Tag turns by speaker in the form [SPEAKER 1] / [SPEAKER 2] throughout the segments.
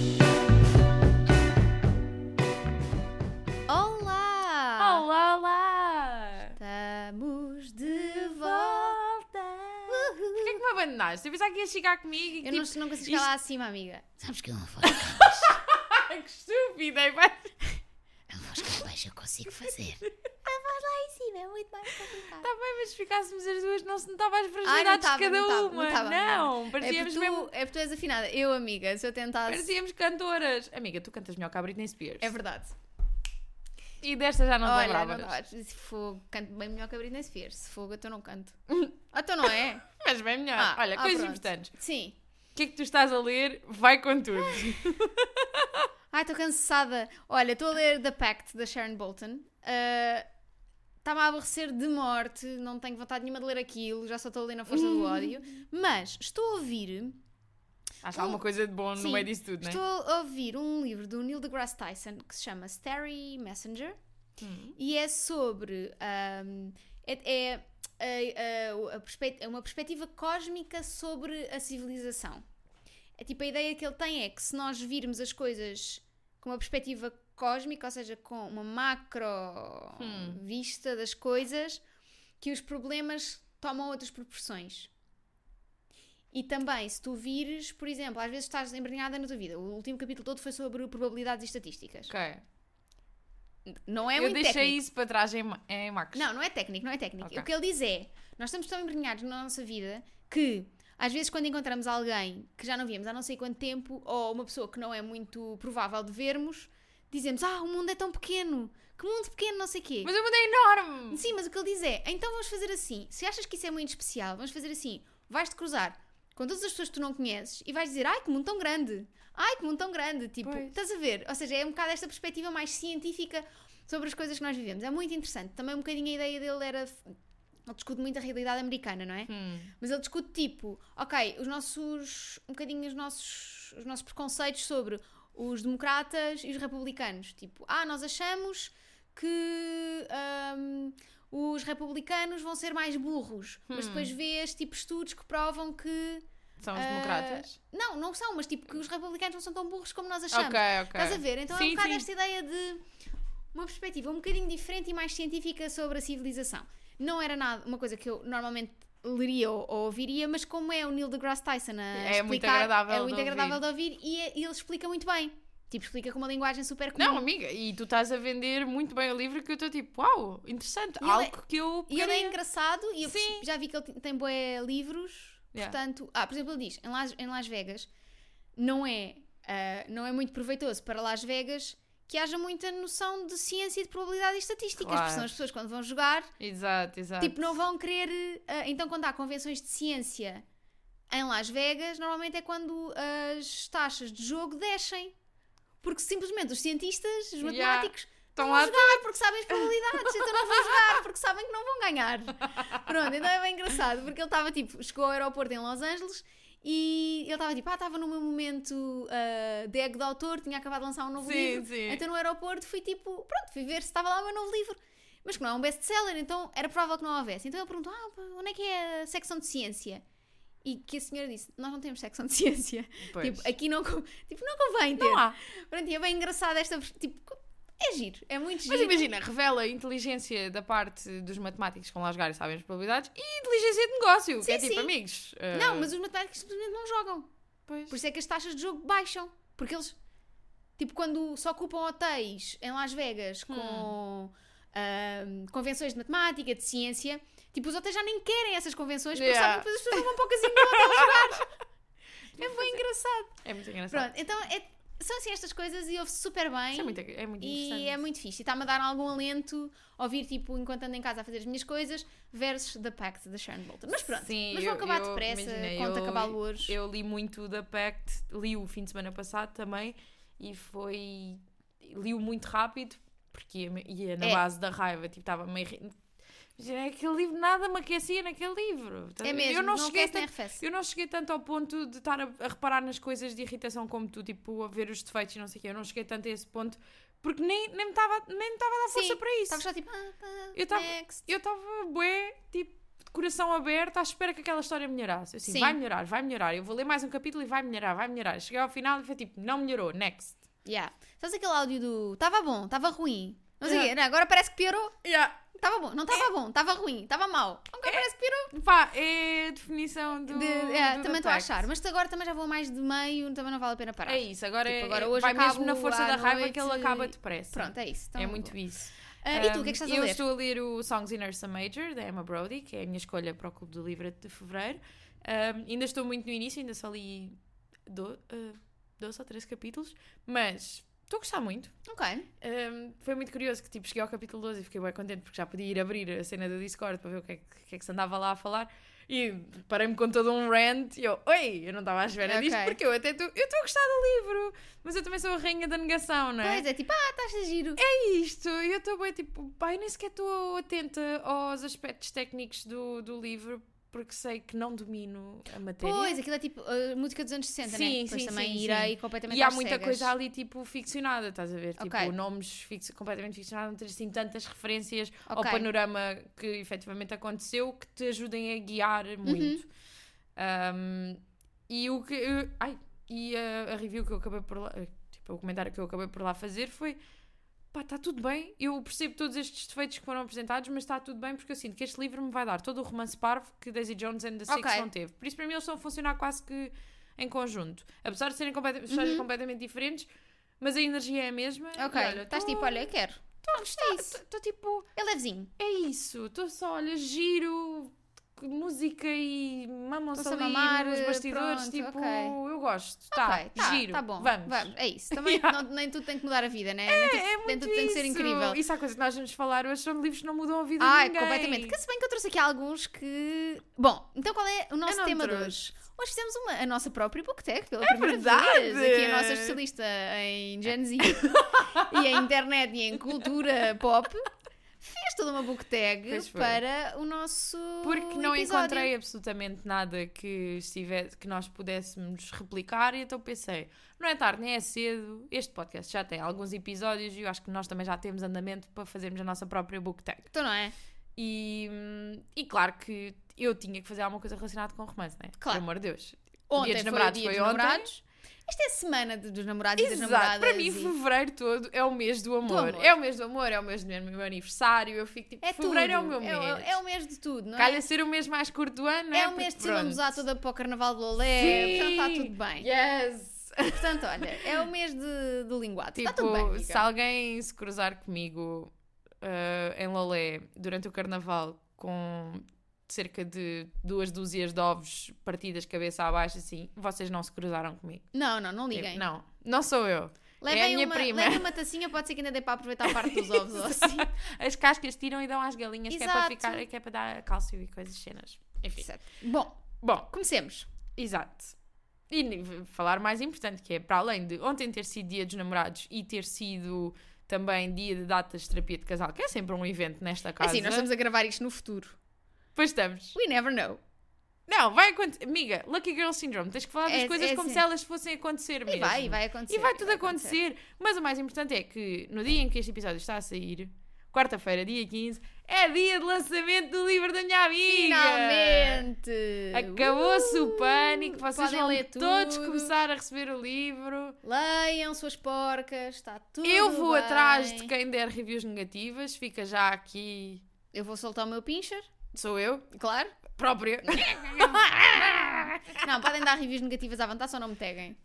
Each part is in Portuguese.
[SPEAKER 1] Ah.
[SPEAKER 2] grande Naz. Tu pensava que ia chegar comigo e
[SPEAKER 1] Eu
[SPEAKER 2] tipo,
[SPEAKER 1] não, não consigo chegar
[SPEAKER 2] isto-
[SPEAKER 1] lá acima, amiga.
[SPEAKER 3] Sabes que eu não faço
[SPEAKER 2] Ai, que estúpida. E vai... tá
[SPEAKER 3] Eu não faço baixo, eu consigo fazer.
[SPEAKER 1] Ai, sim, é muito mais complicado.
[SPEAKER 2] Tá bem, mas se ficássemos as duas, não se notava as
[SPEAKER 1] Ai, não
[SPEAKER 2] fragilidades
[SPEAKER 1] tava,
[SPEAKER 2] de cada
[SPEAKER 1] não tava, não
[SPEAKER 2] uma.
[SPEAKER 1] tava, não tava. é, porque
[SPEAKER 2] parecíamos
[SPEAKER 1] tu,
[SPEAKER 2] mesmo.
[SPEAKER 1] é porque tu és afinada. Eu, amiga, se eu tentasse.
[SPEAKER 2] Parecíamos cantoras. Amiga, tu cantas melhor que a Britney Spears.
[SPEAKER 1] É verdade.
[SPEAKER 2] E desta já não te
[SPEAKER 1] Olha, não
[SPEAKER 2] lembravas.
[SPEAKER 1] estás. Se fogo, canto bem melhor que a Britney Spears. Se fogo, então não canto. ah, então não é?
[SPEAKER 2] Mas bem melhor.
[SPEAKER 1] Ah,
[SPEAKER 2] Olha,
[SPEAKER 1] ah,
[SPEAKER 2] coisas
[SPEAKER 1] pronto.
[SPEAKER 2] importantes.
[SPEAKER 1] Sim.
[SPEAKER 2] O que é que tu estás a ler? Vai com tudo.
[SPEAKER 1] Ai, estou cansada. Olha, estou a ler The Pact, da Sharon Bolton. Ah, Está-me a aborrecer de morte, não tenho vontade nenhuma de ler aquilo, já só estou a ler na força do ódio. Mas estou a ouvir
[SPEAKER 2] Acho alguma coisa de bom
[SPEAKER 1] Sim,
[SPEAKER 2] no meio disso tudo, não é?
[SPEAKER 1] Estou a ouvir um livro do Neil deGrasse Tyson que se chama Starry Messenger e é sobre ahm, é, é, é, é, o- a perspe- é uma perspectiva cósmica sobre a civilização. É tipo a ideia que ele tem é que se nós virmos as coisas com uma perspectiva cósmica, ou seja, com uma macro
[SPEAKER 2] Hum.
[SPEAKER 1] vista das coisas, que os problemas tomam outras proporções. E também, se tu vires, por exemplo, às vezes estás embrenhada na tua vida. O último capítulo todo foi sobre probabilidades e estatísticas.
[SPEAKER 2] Ok.
[SPEAKER 1] Não é
[SPEAKER 2] eu
[SPEAKER 1] muito
[SPEAKER 2] deixei
[SPEAKER 1] técnico.
[SPEAKER 2] isso para trás em, ma- em Max.
[SPEAKER 1] Não, não é técnico, não é técnico.
[SPEAKER 2] Ok.
[SPEAKER 1] O que ele diz é, nós estamos tão embrenhados na nossa vida que, às vezes, quando encontramos alguém que já não vimos há não sei quanto tempo, ou uma pessoa que não é muito provável de vermos, dizemos, ah, o mundo é tão pequeno, que mundo pequeno, não sei quê.
[SPEAKER 2] Mas eu mudei enorme.
[SPEAKER 1] Sim, mas o que ele diz é, então vamos fazer assim. Se achas que isso é muito especial, vamos fazer assim. Vais-te cruzar com todas as pessoas que tu não conheces e vais dizer, ai, que mundo tão grande. Ai, que mundo tão grande. Tipo,
[SPEAKER 2] Pois.
[SPEAKER 1] estás a ver? Ou seja, é um bocado esta perspectiva mais científica sobre as coisas que nós vivemos. É muito interessante. Também um bocadinho a ideia dele era... Ele discute muito a realidade americana, não é?
[SPEAKER 2] Hum.
[SPEAKER 1] Mas ele discute tipo, ok, os nossos, um bocadinho os nossos, os nossos preconceitos sobre os democratas e os republicanos. Tipo, ah, nós achamos que ahm, os republicanos vão ser mais burros, mas
[SPEAKER 2] Hum.
[SPEAKER 1] depois vês tipo estudos que provam que
[SPEAKER 2] São os
[SPEAKER 1] Ah,
[SPEAKER 2] democratas?
[SPEAKER 1] não, não são, mas tipo que os republicanos não são tão burros como nós achamos.
[SPEAKER 2] Ok, ok.
[SPEAKER 1] Estás a ver? Então é um
[SPEAKER 2] Sim,
[SPEAKER 1] bocado
[SPEAKER 2] sim.
[SPEAKER 1] esta ideia de uma perspectiva um bocadinho diferente e mais científica sobre a civilização. Não era nada uma coisa que eu normalmente leria ou, ou ouviria, mas como é o Neil deGrasse Tyson a
[SPEAKER 2] É
[SPEAKER 1] explicar,
[SPEAKER 2] muito agradável
[SPEAKER 1] é
[SPEAKER 2] de
[SPEAKER 1] muito agradável de ouvir e, é- e ele explica muito bem. Tipo, explica com uma linguagem super comum.
[SPEAKER 2] Não, amiga, e tu estás a vender muito bem o livro que eu estou tipo, uau, interessante,
[SPEAKER 1] E ele
[SPEAKER 2] algo que eu
[SPEAKER 1] E ele é
[SPEAKER 2] pegaria.
[SPEAKER 1] engraçado e eu
[SPEAKER 2] Um Sim.
[SPEAKER 1] perce- já vi que ele t- tem bué livros,
[SPEAKER 2] Yeah.
[SPEAKER 1] portanto... Ah, por exemplo, ele diz, em Las, em Las Vegas não é, ah, não é muito proveitoso para Las Vegas que haja muita noção de ciência e de probabilidade e estatísticas, porque
[SPEAKER 2] Claro.
[SPEAKER 1] são as pessoas quando vão jogar,
[SPEAKER 2] Exato, exato.
[SPEAKER 1] tipo, não vão querer... ah, então, quando há convenções de ciência em Las Vegas, normalmente é quando as taxas de jogo descem, porque simplesmente os cientistas, os
[SPEAKER 2] Yeah.
[SPEAKER 1] matemáticos...
[SPEAKER 2] Estão
[SPEAKER 1] não
[SPEAKER 2] lá
[SPEAKER 1] vão jogar porque sabem as probabilidades, então não vão jogar porque sabem que não vão ganhar. Pronto, então é bem engraçado porque ele estava tipo, chegou ao aeroporto em Los Angeles e ele estava tipo, ah, estava no meu momento ah, de ego de autor, tinha acabado de lançar um novo
[SPEAKER 2] Sim,
[SPEAKER 1] livro.
[SPEAKER 2] sim.
[SPEAKER 1] Então no aeroporto fui tipo, pronto, fui ver se estava lá o meu novo livro. Mas que não é um best-seller, então era provável que não houvesse. Então ele perguntou, ah, onde é que é a secção de ciência? E que a senhora disse, nós não temos secção de ciência.
[SPEAKER 2] Pois.
[SPEAKER 1] Tipo, aqui não, con- tipo, não convém ter.
[SPEAKER 2] Não há.
[SPEAKER 1] Pronto, e é bem engraçado esta. Tipo, é giro, é muito giro.
[SPEAKER 2] Mas imagina, revela a inteligência da parte dos matemáticos que vão lá jogar e sabem as probabilidades e inteligência de negócio, que é
[SPEAKER 1] Sim,
[SPEAKER 2] tipo,
[SPEAKER 1] sim.
[SPEAKER 2] amigos. ah,
[SPEAKER 1] Não, mas os matemáticos simplesmente não jogam.
[SPEAKER 2] Pois.
[SPEAKER 1] Por isso é que as taxas de jogo baixam. Porque eles, tipo, quando só ocupam hotéis em Las Vegas com
[SPEAKER 2] Hum.
[SPEAKER 1] ahm, convenções de matemática, de ciência, tipo, os hotéis já nem querem essas convenções porque
[SPEAKER 2] Yeah.
[SPEAKER 1] sabem que depois as pessoas não vão para o casino de hotel jogar. É bem engraçado.
[SPEAKER 2] É muito engraçado.
[SPEAKER 1] Pronto, então é- são assim estas coisas e ouve-se super bem.
[SPEAKER 2] Isso é muito, é muito interessante.
[SPEAKER 1] E é muito fixe. E está-me a dar algum alento ouvir, tipo, enquanto ando em casa a fazer as minhas coisas, versus The Pact da Sharon Bolton. Mas pronto,
[SPEAKER 2] Sim,
[SPEAKER 1] mas vou
[SPEAKER 2] eu-
[SPEAKER 1] acabar
[SPEAKER 2] eu-
[SPEAKER 1] depressa,
[SPEAKER 2] imagina,
[SPEAKER 1] conta
[SPEAKER 2] eu-
[SPEAKER 1] acabá-lo hoje.
[SPEAKER 2] Eu li muito da Pact, li o fim de semana passado também e foi. li-o muito rápido porque ia, ia na
[SPEAKER 1] É.
[SPEAKER 2] base da raiva, tipo, estava meio. ri- Mas é aquele livro, nada me aquecia naquele livro.
[SPEAKER 1] é mesmo,
[SPEAKER 2] eu não, cheguei
[SPEAKER 1] aquece nem
[SPEAKER 2] tanto,
[SPEAKER 1] arrefece.
[SPEAKER 2] eu não cheguei tanto ao ponto de estar a, a reparar nas coisas de irritação como tu, tipo, a ver os defeitos e não sei o quê. Eu não cheguei tanto a esse ponto porque nem, nem me estava nem me estava a dar força
[SPEAKER 1] Sim,
[SPEAKER 2] para isso.
[SPEAKER 1] Estava só tipo, ah, pá,
[SPEAKER 2] Eu tava-
[SPEAKER 1] next.
[SPEAKER 2] Eu estava bué, tipo, de coração aberto, à espera que aquela história melhorasse. Eu assim,
[SPEAKER 1] Sim.
[SPEAKER 2] vai melhorar, vai melhorar. Eu vou ler mais um capítulo e vai melhorar, vai melhorar. Cheguei ao final e foi tipo, não melhorou, next.
[SPEAKER 1] Yeah. Sabes aquele áudio do, estava bom, estava ruim, não sei o
[SPEAKER 2] Yeah. É.
[SPEAKER 1] quê, não, agora parece que piorou.
[SPEAKER 2] Yeah.
[SPEAKER 1] Tava bom, não tava bom, tava ruim, tava mal. Agora parece que pirou.
[SPEAKER 2] Pá, é a definição É. do.
[SPEAKER 1] De- é,
[SPEAKER 2] do
[SPEAKER 1] também estou
[SPEAKER 2] defecto.
[SPEAKER 1] a achar. Mas agora também já vou mais de meio, também não vale a pena parar.
[SPEAKER 2] É isso, agora,
[SPEAKER 1] Tipo,
[SPEAKER 2] é-
[SPEAKER 1] agora hoje
[SPEAKER 2] vai mesmo
[SPEAKER 1] acabo
[SPEAKER 2] na força
[SPEAKER 1] à
[SPEAKER 2] da raiva
[SPEAKER 1] noite
[SPEAKER 2] que ele acaba
[SPEAKER 1] e-
[SPEAKER 2] depressa.
[SPEAKER 1] Pronto, é isso. Então
[SPEAKER 2] é
[SPEAKER 1] vou.
[SPEAKER 2] muito isso.
[SPEAKER 1] Ah, e tu, o que é que
[SPEAKER 2] Um,
[SPEAKER 1] estás a
[SPEAKER 2] eu
[SPEAKER 1] ler?
[SPEAKER 2] estou a ler o Songs in Ursa Major, da Emma Brody, que é a minha escolha para o Clube do Livro de Fevereiro. Um, ainda estou muito no início, ainda só li do, ah, dois ou três capítulos, mas estou a gostar muito.
[SPEAKER 1] Ok.
[SPEAKER 2] Um, foi muito curioso que tipo, cheguei ao capítulo 12 e fiquei bem contente porque já podia ir abrir a cena do Discord para ver o que é que, o que é que se andava lá a falar. E parei-me com todo um rant e eu, oi, eu não estava à espera disto
[SPEAKER 1] Ok.
[SPEAKER 2] porque eu até estou eu estou a gostar do livro, mas eu também sou a rainha da negação, não é?
[SPEAKER 1] Pois é, tipo, ah, estás a giro.
[SPEAKER 2] isto, e eu estou bem tipo, pá, eu nem sequer estou atenta aos aspectos técnicos do, do livro porque sei que não domino a matéria.
[SPEAKER 1] Pois, aquilo é tipo ah, música dos anos 60, né?
[SPEAKER 2] Sim,
[SPEAKER 1] Depois
[SPEAKER 2] sim,
[SPEAKER 1] também
[SPEAKER 2] sim,
[SPEAKER 1] irei completamente
[SPEAKER 2] E há
[SPEAKER 1] às
[SPEAKER 2] muita
[SPEAKER 1] cegas.
[SPEAKER 2] coisa ali, tipo, ficcionada, estás a ver?
[SPEAKER 1] Ok.
[SPEAKER 2] Tipo, nomes fix- completamente ficcionados, não tens assim tantas referências ao
[SPEAKER 1] Ok.
[SPEAKER 2] panorama que efetivamente aconteceu que te ajudem a guiar
[SPEAKER 1] Uhum.
[SPEAKER 2] muito. Um, e o que. eu- ai, e a, a review que eu acabei por lá. Tipo, o comentário que eu acabei por lá fazer foi. Pá, está tudo bem, eu percebo todos estes defeitos que foram apresentados, mas está tudo bem porque eu sinto que este livro me vai dar todo o romance parvo que Daisy Jones and the Six
[SPEAKER 1] Ok.
[SPEAKER 2] não teve. Por isso, para mim, eles estão a funcionar quase que em conjunto. Apesar de serem completa- histórias completamente diferentes, mas a energia é a mesma.
[SPEAKER 1] Uhum. Ok,
[SPEAKER 2] E olha, tá.
[SPEAKER 1] estás
[SPEAKER 2] tô-
[SPEAKER 1] tipo, olha, eu quero.
[SPEAKER 2] tô a gostar, tô- tô tipo,
[SPEAKER 1] É levezinho.
[SPEAKER 2] é isso, estou só, olha, giro, música e mamam-se
[SPEAKER 1] Estão-se a
[SPEAKER 2] ali
[SPEAKER 1] mamar,
[SPEAKER 2] os bastidores,
[SPEAKER 1] pronto,
[SPEAKER 2] tipo,
[SPEAKER 1] ok.
[SPEAKER 2] eu gosto, tá,
[SPEAKER 1] ok, tá,
[SPEAKER 2] giro,
[SPEAKER 1] tá bom.
[SPEAKER 2] vamos.
[SPEAKER 1] É isso. Também
[SPEAKER 2] Yeah.
[SPEAKER 1] não- nem tudo tem que mudar a vida, né? nem tudo,
[SPEAKER 2] É
[SPEAKER 1] nem
[SPEAKER 2] muito
[SPEAKER 1] tudo tem que ser
[SPEAKER 2] isso.
[SPEAKER 1] incrível.
[SPEAKER 2] Isso é a coisa que nós vamos falar hoje, são de livros que não mudam a vida de
[SPEAKER 1] Ai,
[SPEAKER 2] ninguém.
[SPEAKER 1] completamente. Que se bem que eu trouxe aqui alguns que. Bom, então qual é o nosso
[SPEAKER 2] não
[SPEAKER 1] tema de
[SPEAKER 2] trouxe. É
[SPEAKER 1] hoje? Hoje fizemos uma, a nossa própria Booktech, pela primeira
[SPEAKER 2] verdade!
[SPEAKER 1] vez. Aqui a nossa especialista em Gen Z e em internet e em cultura pop fez toda uma
[SPEAKER 2] Pois
[SPEAKER 1] Booktech
[SPEAKER 2] foi.
[SPEAKER 1] para o nosso.
[SPEAKER 2] Porque não
[SPEAKER 1] Um episódio.
[SPEAKER 2] encontrei absolutamente nada que, estivesse, que nós pudéssemos replicar, e então pensei: não é tarde nem é cedo. Este podcast já tem alguns episódios e eu acho que nós também já temos andamento para fazermos a nossa própria book tag.
[SPEAKER 1] Então não é?
[SPEAKER 2] E, hum, e claro que eu tinha que fazer alguma coisa relacionada com romance, né?
[SPEAKER 1] Claro.
[SPEAKER 2] Pelo amor de Deus.
[SPEAKER 1] Ontem foi
[SPEAKER 2] dos
[SPEAKER 1] o
[SPEAKER 2] namorados
[SPEAKER 1] dia
[SPEAKER 2] foi
[SPEAKER 1] dos
[SPEAKER 2] ontem.
[SPEAKER 1] namorados. Esta é a semana de- dos namorados e das
[SPEAKER 2] Exato.
[SPEAKER 1] namoradas.
[SPEAKER 2] Para mim,
[SPEAKER 1] e-
[SPEAKER 2] fevereiro todo é o mês do amor.
[SPEAKER 1] amor.
[SPEAKER 2] É o mês do amor, é o mês do meu meu aniversário. Eu fico tipo:
[SPEAKER 1] é tudo.
[SPEAKER 2] fevereiro é o meu mês.
[SPEAKER 1] É, o mês de tudo, não é?
[SPEAKER 2] Calha ser o mês mais curto do ano, não
[SPEAKER 1] É
[SPEAKER 2] é?
[SPEAKER 1] o mês de
[SPEAKER 2] Porque pronto.
[SPEAKER 1] vamos à toda para o Carnaval do Olé, portanto está então tá tudo bem.
[SPEAKER 2] Yes!
[SPEAKER 1] Portanto, olha, é o mês de, do linguado.
[SPEAKER 2] Tipo,
[SPEAKER 1] está tudo bem. amiga.
[SPEAKER 2] se alguém se cruzar comigo ah, em Lolé durante o carnaval com cerca de duas dúzias de ovos partidas cabeça abaixo, assim, vocês não se cruzaram comigo.
[SPEAKER 1] Não, não, não
[SPEAKER 2] Tipo,
[SPEAKER 1] liguem.
[SPEAKER 2] não, não sou eu.
[SPEAKER 1] Levem,
[SPEAKER 2] É a minha
[SPEAKER 1] uma,
[SPEAKER 2] prima.
[SPEAKER 1] levem uma tacinha, pode ser que ainda dê para aproveitar parte dos ovos ou assim.
[SPEAKER 2] As cascas tiram e dão às galinhas, que é para
[SPEAKER 1] Exato.
[SPEAKER 2] ficar, que é para dar cálcio e coisas cenas. Enfim.
[SPEAKER 1] Certo. Bom,
[SPEAKER 2] Bom,
[SPEAKER 1] comecemos.
[SPEAKER 2] exato. E nem- falar mais importante, que é para além de ontem ter sido dia dos namorados e ter sido também dia de datas de terapia de casal, que é sempre um evento nesta casa.
[SPEAKER 1] Assim, nós estamos a gravar isto no futuro.
[SPEAKER 2] Pois estamos.
[SPEAKER 1] We never know.
[SPEAKER 2] Não, vai acontecer. Amiga, Lucky Girl Syndrome, tens que falar das
[SPEAKER 1] É-
[SPEAKER 2] coisas
[SPEAKER 1] é
[SPEAKER 2] como
[SPEAKER 1] assim.
[SPEAKER 2] se elas fossem acontecer mesmo.
[SPEAKER 1] E vai, e vai acontecer.
[SPEAKER 2] E vai tudo acontecer. Mas o mais importante é que no dia em que este episódio está a sair, quarta-feira, dia 15, é dia de lançamento do livro da minha amiga!
[SPEAKER 1] Finalmente!
[SPEAKER 2] Acabou-se o
[SPEAKER 1] Uh!
[SPEAKER 2] pânico, vocês
[SPEAKER 1] Podem
[SPEAKER 2] vão
[SPEAKER 1] ler
[SPEAKER 2] todos
[SPEAKER 1] tudo.
[SPEAKER 2] começar a receber o livro.
[SPEAKER 1] Leiam suas porcas, está tudo
[SPEAKER 2] Eu vou
[SPEAKER 1] bem.
[SPEAKER 2] atrás de quem der reviews negativas, fica já aqui.
[SPEAKER 1] Eu vou soltar o meu pincher,
[SPEAKER 2] Sou eu,
[SPEAKER 1] claro.
[SPEAKER 2] própria.
[SPEAKER 1] Não, podem dar reviews negativas à vontade, só não me taguem.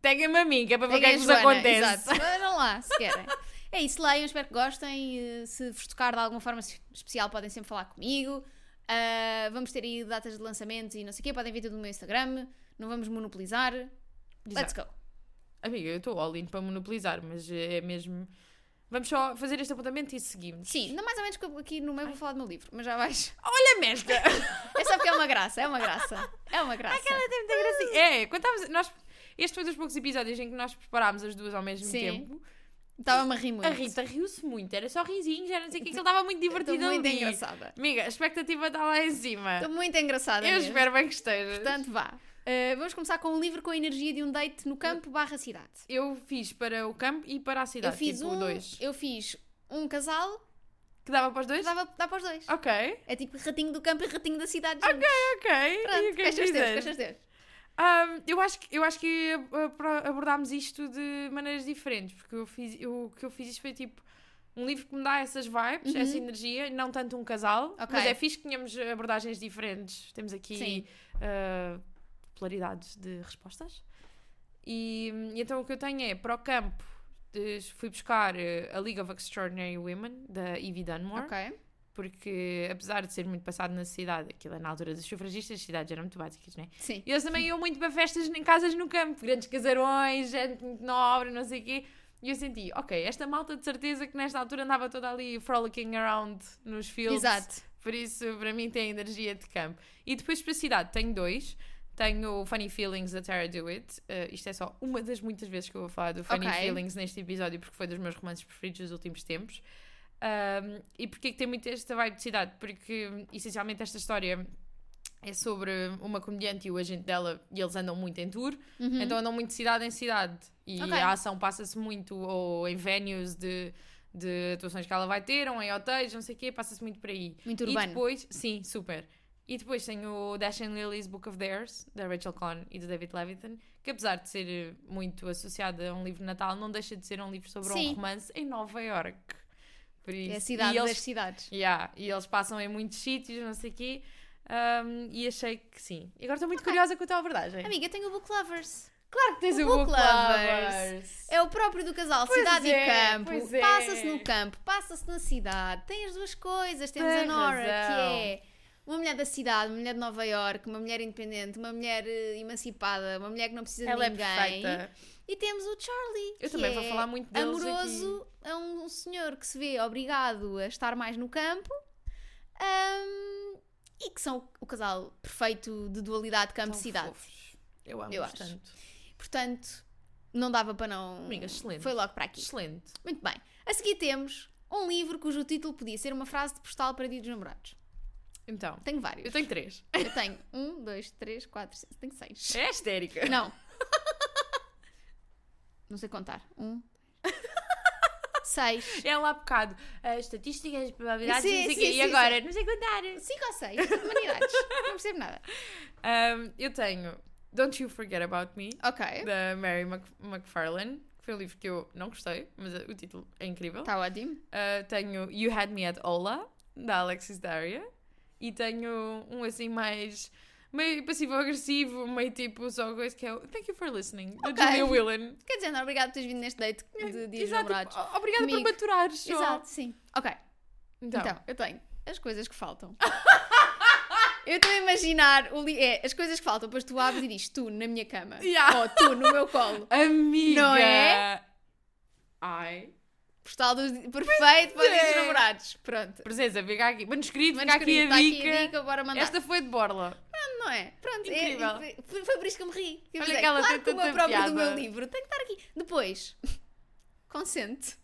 [SPEAKER 2] Peguem-me a mim, que é para ver o que é que vos
[SPEAKER 1] Joana,
[SPEAKER 2] acontece.
[SPEAKER 1] Exato. Vejam lá, se querem. É isso, leiam, espero que gostem. eh, Se vos tocar de alguma forma es- especial, podem sempre falar comigo. Ah, vamos ter aí datas de lançamento e não sei o quê, podem ver tudo no meu Instagram. Não vamos monopolizar. Let's go.
[SPEAKER 2] Amiga, eu estou all in para monopolizar, mas é mesmo. Vamos só fazer este apontamento e seguimos.
[SPEAKER 1] Sim, não mais ou menos que eu aqui no meio vou falar do meu livro, mas já vais.
[SPEAKER 2] Olha, mestra!
[SPEAKER 1] É só porque é uma graça, é uma graça. É uma graça.
[SPEAKER 2] Tem muita gracinha. É, quando estávamos- nós Este foi um dos poucos episódios em que nós preparámos as duas ao mesmo
[SPEAKER 1] Sim.
[SPEAKER 2] tempo.
[SPEAKER 1] Estava-me a rir muito.
[SPEAKER 2] A Rita riu-se muito, era só risinhos, já não sei o que, que ele estava muito
[SPEAKER 1] Estou
[SPEAKER 2] divertido
[SPEAKER 1] Então, muito
[SPEAKER 2] ali.
[SPEAKER 1] engraçada.
[SPEAKER 2] Amiga, a expectativa está lá em cima.
[SPEAKER 1] Estou muito engraçada.
[SPEAKER 2] Eu
[SPEAKER 1] mesmo.
[SPEAKER 2] espero bem que esteja.
[SPEAKER 1] Portanto, vá. Ah, vamos começar com um livro com a energia de um date no campo barra cidade.
[SPEAKER 2] Eu fiz para o campo e para a
[SPEAKER 1] Eu
[SPEAKER 2] cidade,
[SPEAKER 1] fiz
[SPEAKER 2] tipo
[SPEAKER 1] um,
[SPEAKER 2] dois.
[SPEAKER 1] eu fiz um casal,
[SPEAKER 2] Que dava para os dois?
[SPEAKER 1] dava, dá para os dois.
[SPEAKER 2] Ok,
[SPEAKER 1] É tipo ratinho do campo e ratinho da cidade. juntos.
[SPEAKER 2] Ah. ok.
[SPEAKER 1] Pronto,
[SPEAKER 2] e o que é que
[SPEAKER 1] fecha os teus,
[SPEAKER 2] fizeste?
[SPEAKER 1] fecha os teus.
[SPEAKER 2] Ahm, eu, acho que, eu acho que eh, ah, pro- abordámos isto de maneiras diferentes, porque eu fiz, eu, o que eu fiz isto foi tipo. Um livro que me dá essas vibes, essa energia, não tanto um casal,
[SPEAKER 1] Uhum. Ok.
[SPEAKER 2] mas é fixe que tenhamos abordagens diferentes. Temos
[SPEAKER 1] Sim.
[SPEAKER 2] aqui ah, polaridades de respostas. E, e então o que eu tenho é para o campo. eh, Fui buscar eh, a League of Extraordinary Women da Evie Dunmore
[SPEAKER 1] Ok.
[SPEAKER 2] porque apesar de ser muito passado na cidade, aquilo é na altura dos sufragistas, as cidades eram muito básicas, né?
[SPEAKER 1] Sim.
[SPEAKER 2] E eles também iam muito para festas em casas no campo, grandes casarões, gente muito nobre, não sei o quê. E eu senti, ok, esta malta de certeza que nesta altura andava toda ali frolicking around nos fields.
[SPEAKER 1] Exato.
[SPEAKER 2] Por isso, para mim, tem energia de campo. E depois para a cidade, tenho dois. Tenho o Funny Feelings da Tara DeWitt. Eh, isto é só uma das muitas vezes que eu vou falar do Funny
[SPEAKER 1] Ok.
[SPEAKER 2] Feelings neste episódio, porque foi dos meus romances preferidos dos últimos tempos. Ahm, e porquê que tem muito esta vibe de cidade? Porque, essencialmente, esta história é sobre uma comediante e o agente dela, e eles andam muito em tour, então andam muito de cidade em cidade. E
[SPEAKER 1] Uhum. Ok.
[SPEAKER 2] a ação passa-se muito ou em venues de, de atuações que ela vai ter, ou em hotéis, não sei o quê, passa-se muito por aí.
[SPEAKER 1] Muito
[SPEAKER 2] E
[SPEAKER 1] urbano.
[SPEAKER 2] depois, sim, super. E depois tem o Dash and Lily's Book of Theirs, da Rachel Cohn e do David Levitan, que apesar de ser eh, muito associado a um livro de Natal, não deixa de ser um livro sobre
[SPEAKER 1] Sim.
[SPEAKER 2] um romance em Nova York. Por isso.
[SPEAKER 1] É a cidade
[SPEAKER 2] e eles,
[SPEAKER 1] das cidades.
[SPEAKER 2] Yeah, e eles passam em muitos sítios, não sei o quê. Um, e achei que sim. E agora estou muito curiosa com a tua abordagem.
[SPEAKER 1] Amiga, eu tenho o Book Lovers.
[SPEAKER 2] Claro que tens
[SPEAKER 1] o
[SPEAKER 2] o
[SPEAKER 1] Book
[SPEAKER 2] Book
[SPEAKER 1] Lovers.
[SPEAKER 2] Lovers.
[SPEAKER 1] É o próprio do casal,
[SPEAKER 2] Pois
[SPEAKER 1] cidade
[SPEAKER 2] é,
[SPEAKER 1] e campo.
[SPEAKER 2] pois é.
[SPEAKER 1] Passa-se no campo, passa-se na cidade. Tem as duas coisas. Temos
[SPEAKER 2] Tem
[SPEAKER 1] a Nora,
[SPEAKER 2] razão.
[SPEAKER 1] que é uma mulher da cidade, uma mulher de Nova Iorque, uma mulher independente, uma mulher eh, emancipada, uma mulher que não precisa
[SPEAKER 2] Ela é
[SPEAKER 1] de ninguém.
[SPEAKER 2] perfeita.
[SPEAKER 1] E temos o Charlie.
[SPEAKER 2] Eu
[SPEAKER 1] que
[SPEAKER 2] também vou
[SPEAKER 1] é
[SPEAKER 2] falar muito deles
[SPEAKER 1] Amoroso é um senhor que se vê obrigado a estar mais no campo ahm, e que são o casal perfeito de dualidade
[SPEAKER 2] Tão
[SPEAKER 1] campo-cidade.
[SPEAKER 2] fofos. Eu amo
[SPEAKER 1] Eu
[SPEAKER 2] eu
[SPEAKER 1] acho.
[SPEAKER 2] tanto.
[SPEAKER 1] Portanto, não dava para não.
[SPEAKER 2] Amiga, excelente.
[SPEAKER 1] Foi logo para aqui.
[SPEAKER 2] Excelente.
[SPEAKER 1] Muito bem. A seguir temos um livro cujo título podia ser uma frase de postal para Dia dos Namorados.
[SPEAKER 2] Então,
[SPEAKER 1] Tenho
[SPEAKER 2] eu
[SPEAKER 1] vários.
[SPEAKER 2] tenho três.
[SPEAKER 1] Eu tenho um, dois, três, quatro, cinco, tenho seis.
[SPEAKER 2] É histérica.
[SPEAKER 1] Não. Não sei contar. Um. Seis.
[SPEAKER 2] É lá bocado. ah, estatísticas, probabilidades,
[SPEAKER 1] Sim,
[SPEAKER 2] não sei o
[SPEAKER 1] sim,
[SPEAKER 2] quê. E
[SPEAKER 1] sim,
[SPEAKER 2] agora? Não sei contar.
[SPEAKER 1] Cinco ou seis humanidades. Não percebo nada.
[SPEAKER 2] Um, eu tenho Don't You Forget About Me,
[SPEAKER 1] Ok.
[SPEAKER 2] da Mary Mac- McFarlane, que foi um livro que eu não gostei, mas uh, o título é incrível.
[SPEAKER 1] Está Tá ótimo.
[SPEAKER 2] Uh, tenho You Had Me at Ola, da Alexis Daria. E tenho um assim mais. meio passivo-agressivo, meio tipo só coisa que é o Thank You for Listening, da
[SPEAKER 1] Ok.
[SPEAKER 2] Julia Whelan.
[SPEAKER 1] Quer dizer, não, obrigado por teres vindo neste date de Dia dos
[SPEAKER 2] É, Exato, tipo,
[SPEAKER 1] Namorados.
[SPEAKER 2] o- Obrigada
[SPEAKER 1] comigo.
[SPEAKER 2] por maturares. só.
[SPEAKER 1] Exato, sim. Ok.
[SPEAKER 2] Então,
[SPEAKER 1] Então. eu tenho as coisas que faltam. Eu estou a imaginar o li- é, as coisas que faltam, depois tu abres e dizes tu na minha cama.
[SPEAKER 2] Yeah.
[SPEAKER 1] Ou tu no meu colo.
[SPEAKER 2] amiga!
[SPEAKER 1] Não é?
[SPEAKER 2] Ai.
[SPEAKER 1] Postal dos di- perfeito para Dia
[SPEAKER 2] é.
[SPEAKER 1] dos Namorados. Pronto.
[SPEAKER 2] Presença, fica aqui. Manuscrito, fica aqui
[SPEAKER 1] querido,
[SPEAKER 2] a
[SPEAKER 1] tá aqui
[SPEAKER 2] dica.
[SPEAKER 1] a dica, bora mandar.
[SPEAKER 2] Esta foi de borla.
[SPEAKER 1] Não é? Pronto, é-
[SPEAKER 2] Incrível.
[SPEAKER 1] foi- foi, foi por isso que eu me ri. Eu
[SPEAKER 2] Olha
[SPEAKER 1] pensei,
[SPEAKER 2] que ela
[SPEAKER 1] claro
[SPEAKER 2] tem
[SPEAKER 1] que o meu
[SPEAKER 2] tanta
[SPEAKER 1] próprio do
[SPEAKER 2] piada.
[SPEAKER 1] meu livro tem que estar aqui. Depois, consente.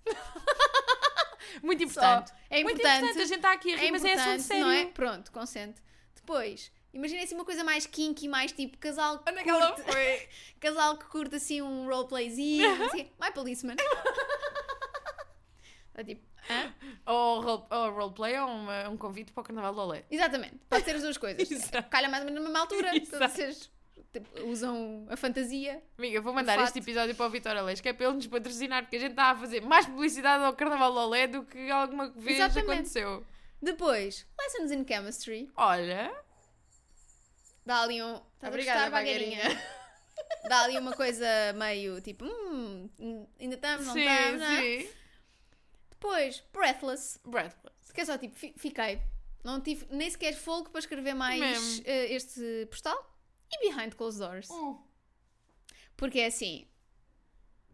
[SPEAKER 2] Muito
[SPEAKER 1] Só.
[SPEAKER 2] importante.
[SPEAKER 1] É
[SPEAKER 2] Muito
[SPEAKER 1] importante.
[SPEAKER 2] importante, a gente está aqui a rir,
[SPEAKER 1] é
[SPEAKER 2] mas
[SPEAKER 1] importante,
[SPEAKER 2] é assunto sério.
[SPEAKER 1] não é? Pronto, consente. Depois, imagina assim uma coisa mais kinky, mais tipo casal que,
[SPEAKER 2] Onde é que ela
[SPEAKER 1] curte,
[SPEAKER 2] foi?
[SPEAKER 1] casal que curte assim um roleplayzinho, assim, my policeman. Ou tipo, hã?
[SPEAKER 2] ou role- ou roleplay ou uma- um convite para o Carnaval do Olé.
[SPEAKER 1] Exatamente, pode ser as duas coisas.
[SPEAKER 2] Exato.
[SPEAKER 1] Calha mais ou menos na mesma altura, então
[SPEAKER 2] Exato.
[SPEAKER 1] vocês tipo, usam a fantasia.
[SPEAKER 2] Amiga, eu vou mandar
[SPEAKER 1] fato.
[SPEAKER 2] este episódio para o Vitor Aleix, que é para ele nos patrocinar, porque a gente está a fazer mais publicidade ao Carnaval do Olé do que alguma vez
[SPEAKER 1] Exatamente.
[SPEAKER 2] aconteceu.
[SPEAKER 1] Depois, Lessons in Chemistry,
[SPEAKER 2] Olha,
[SPEAKER 1] dá ali um. Estás a
[SPEAKER 2] Obrigada,
[SPEAKER 1] gostar, Margarinha? Dá ali uma coisa meio tipo, hum, ainda estamos, não estamos. não é?
[SPEAKER 2] sim, sim.
[SPEAKER 1] Depois, Breathless.
[SPEAKER 2] Breathless.
[SPEAKER 1] Que é só tipo, fi- fiquei. Não tive nem sequer fogo para escrever mais
[SPEAKER 2] Mesmo.
[SPEAKER 1] eh, este postal. E Behind Closed Doors.
[SPEAKER 2] Uh,
[SPEAKER 1] Porque é assim.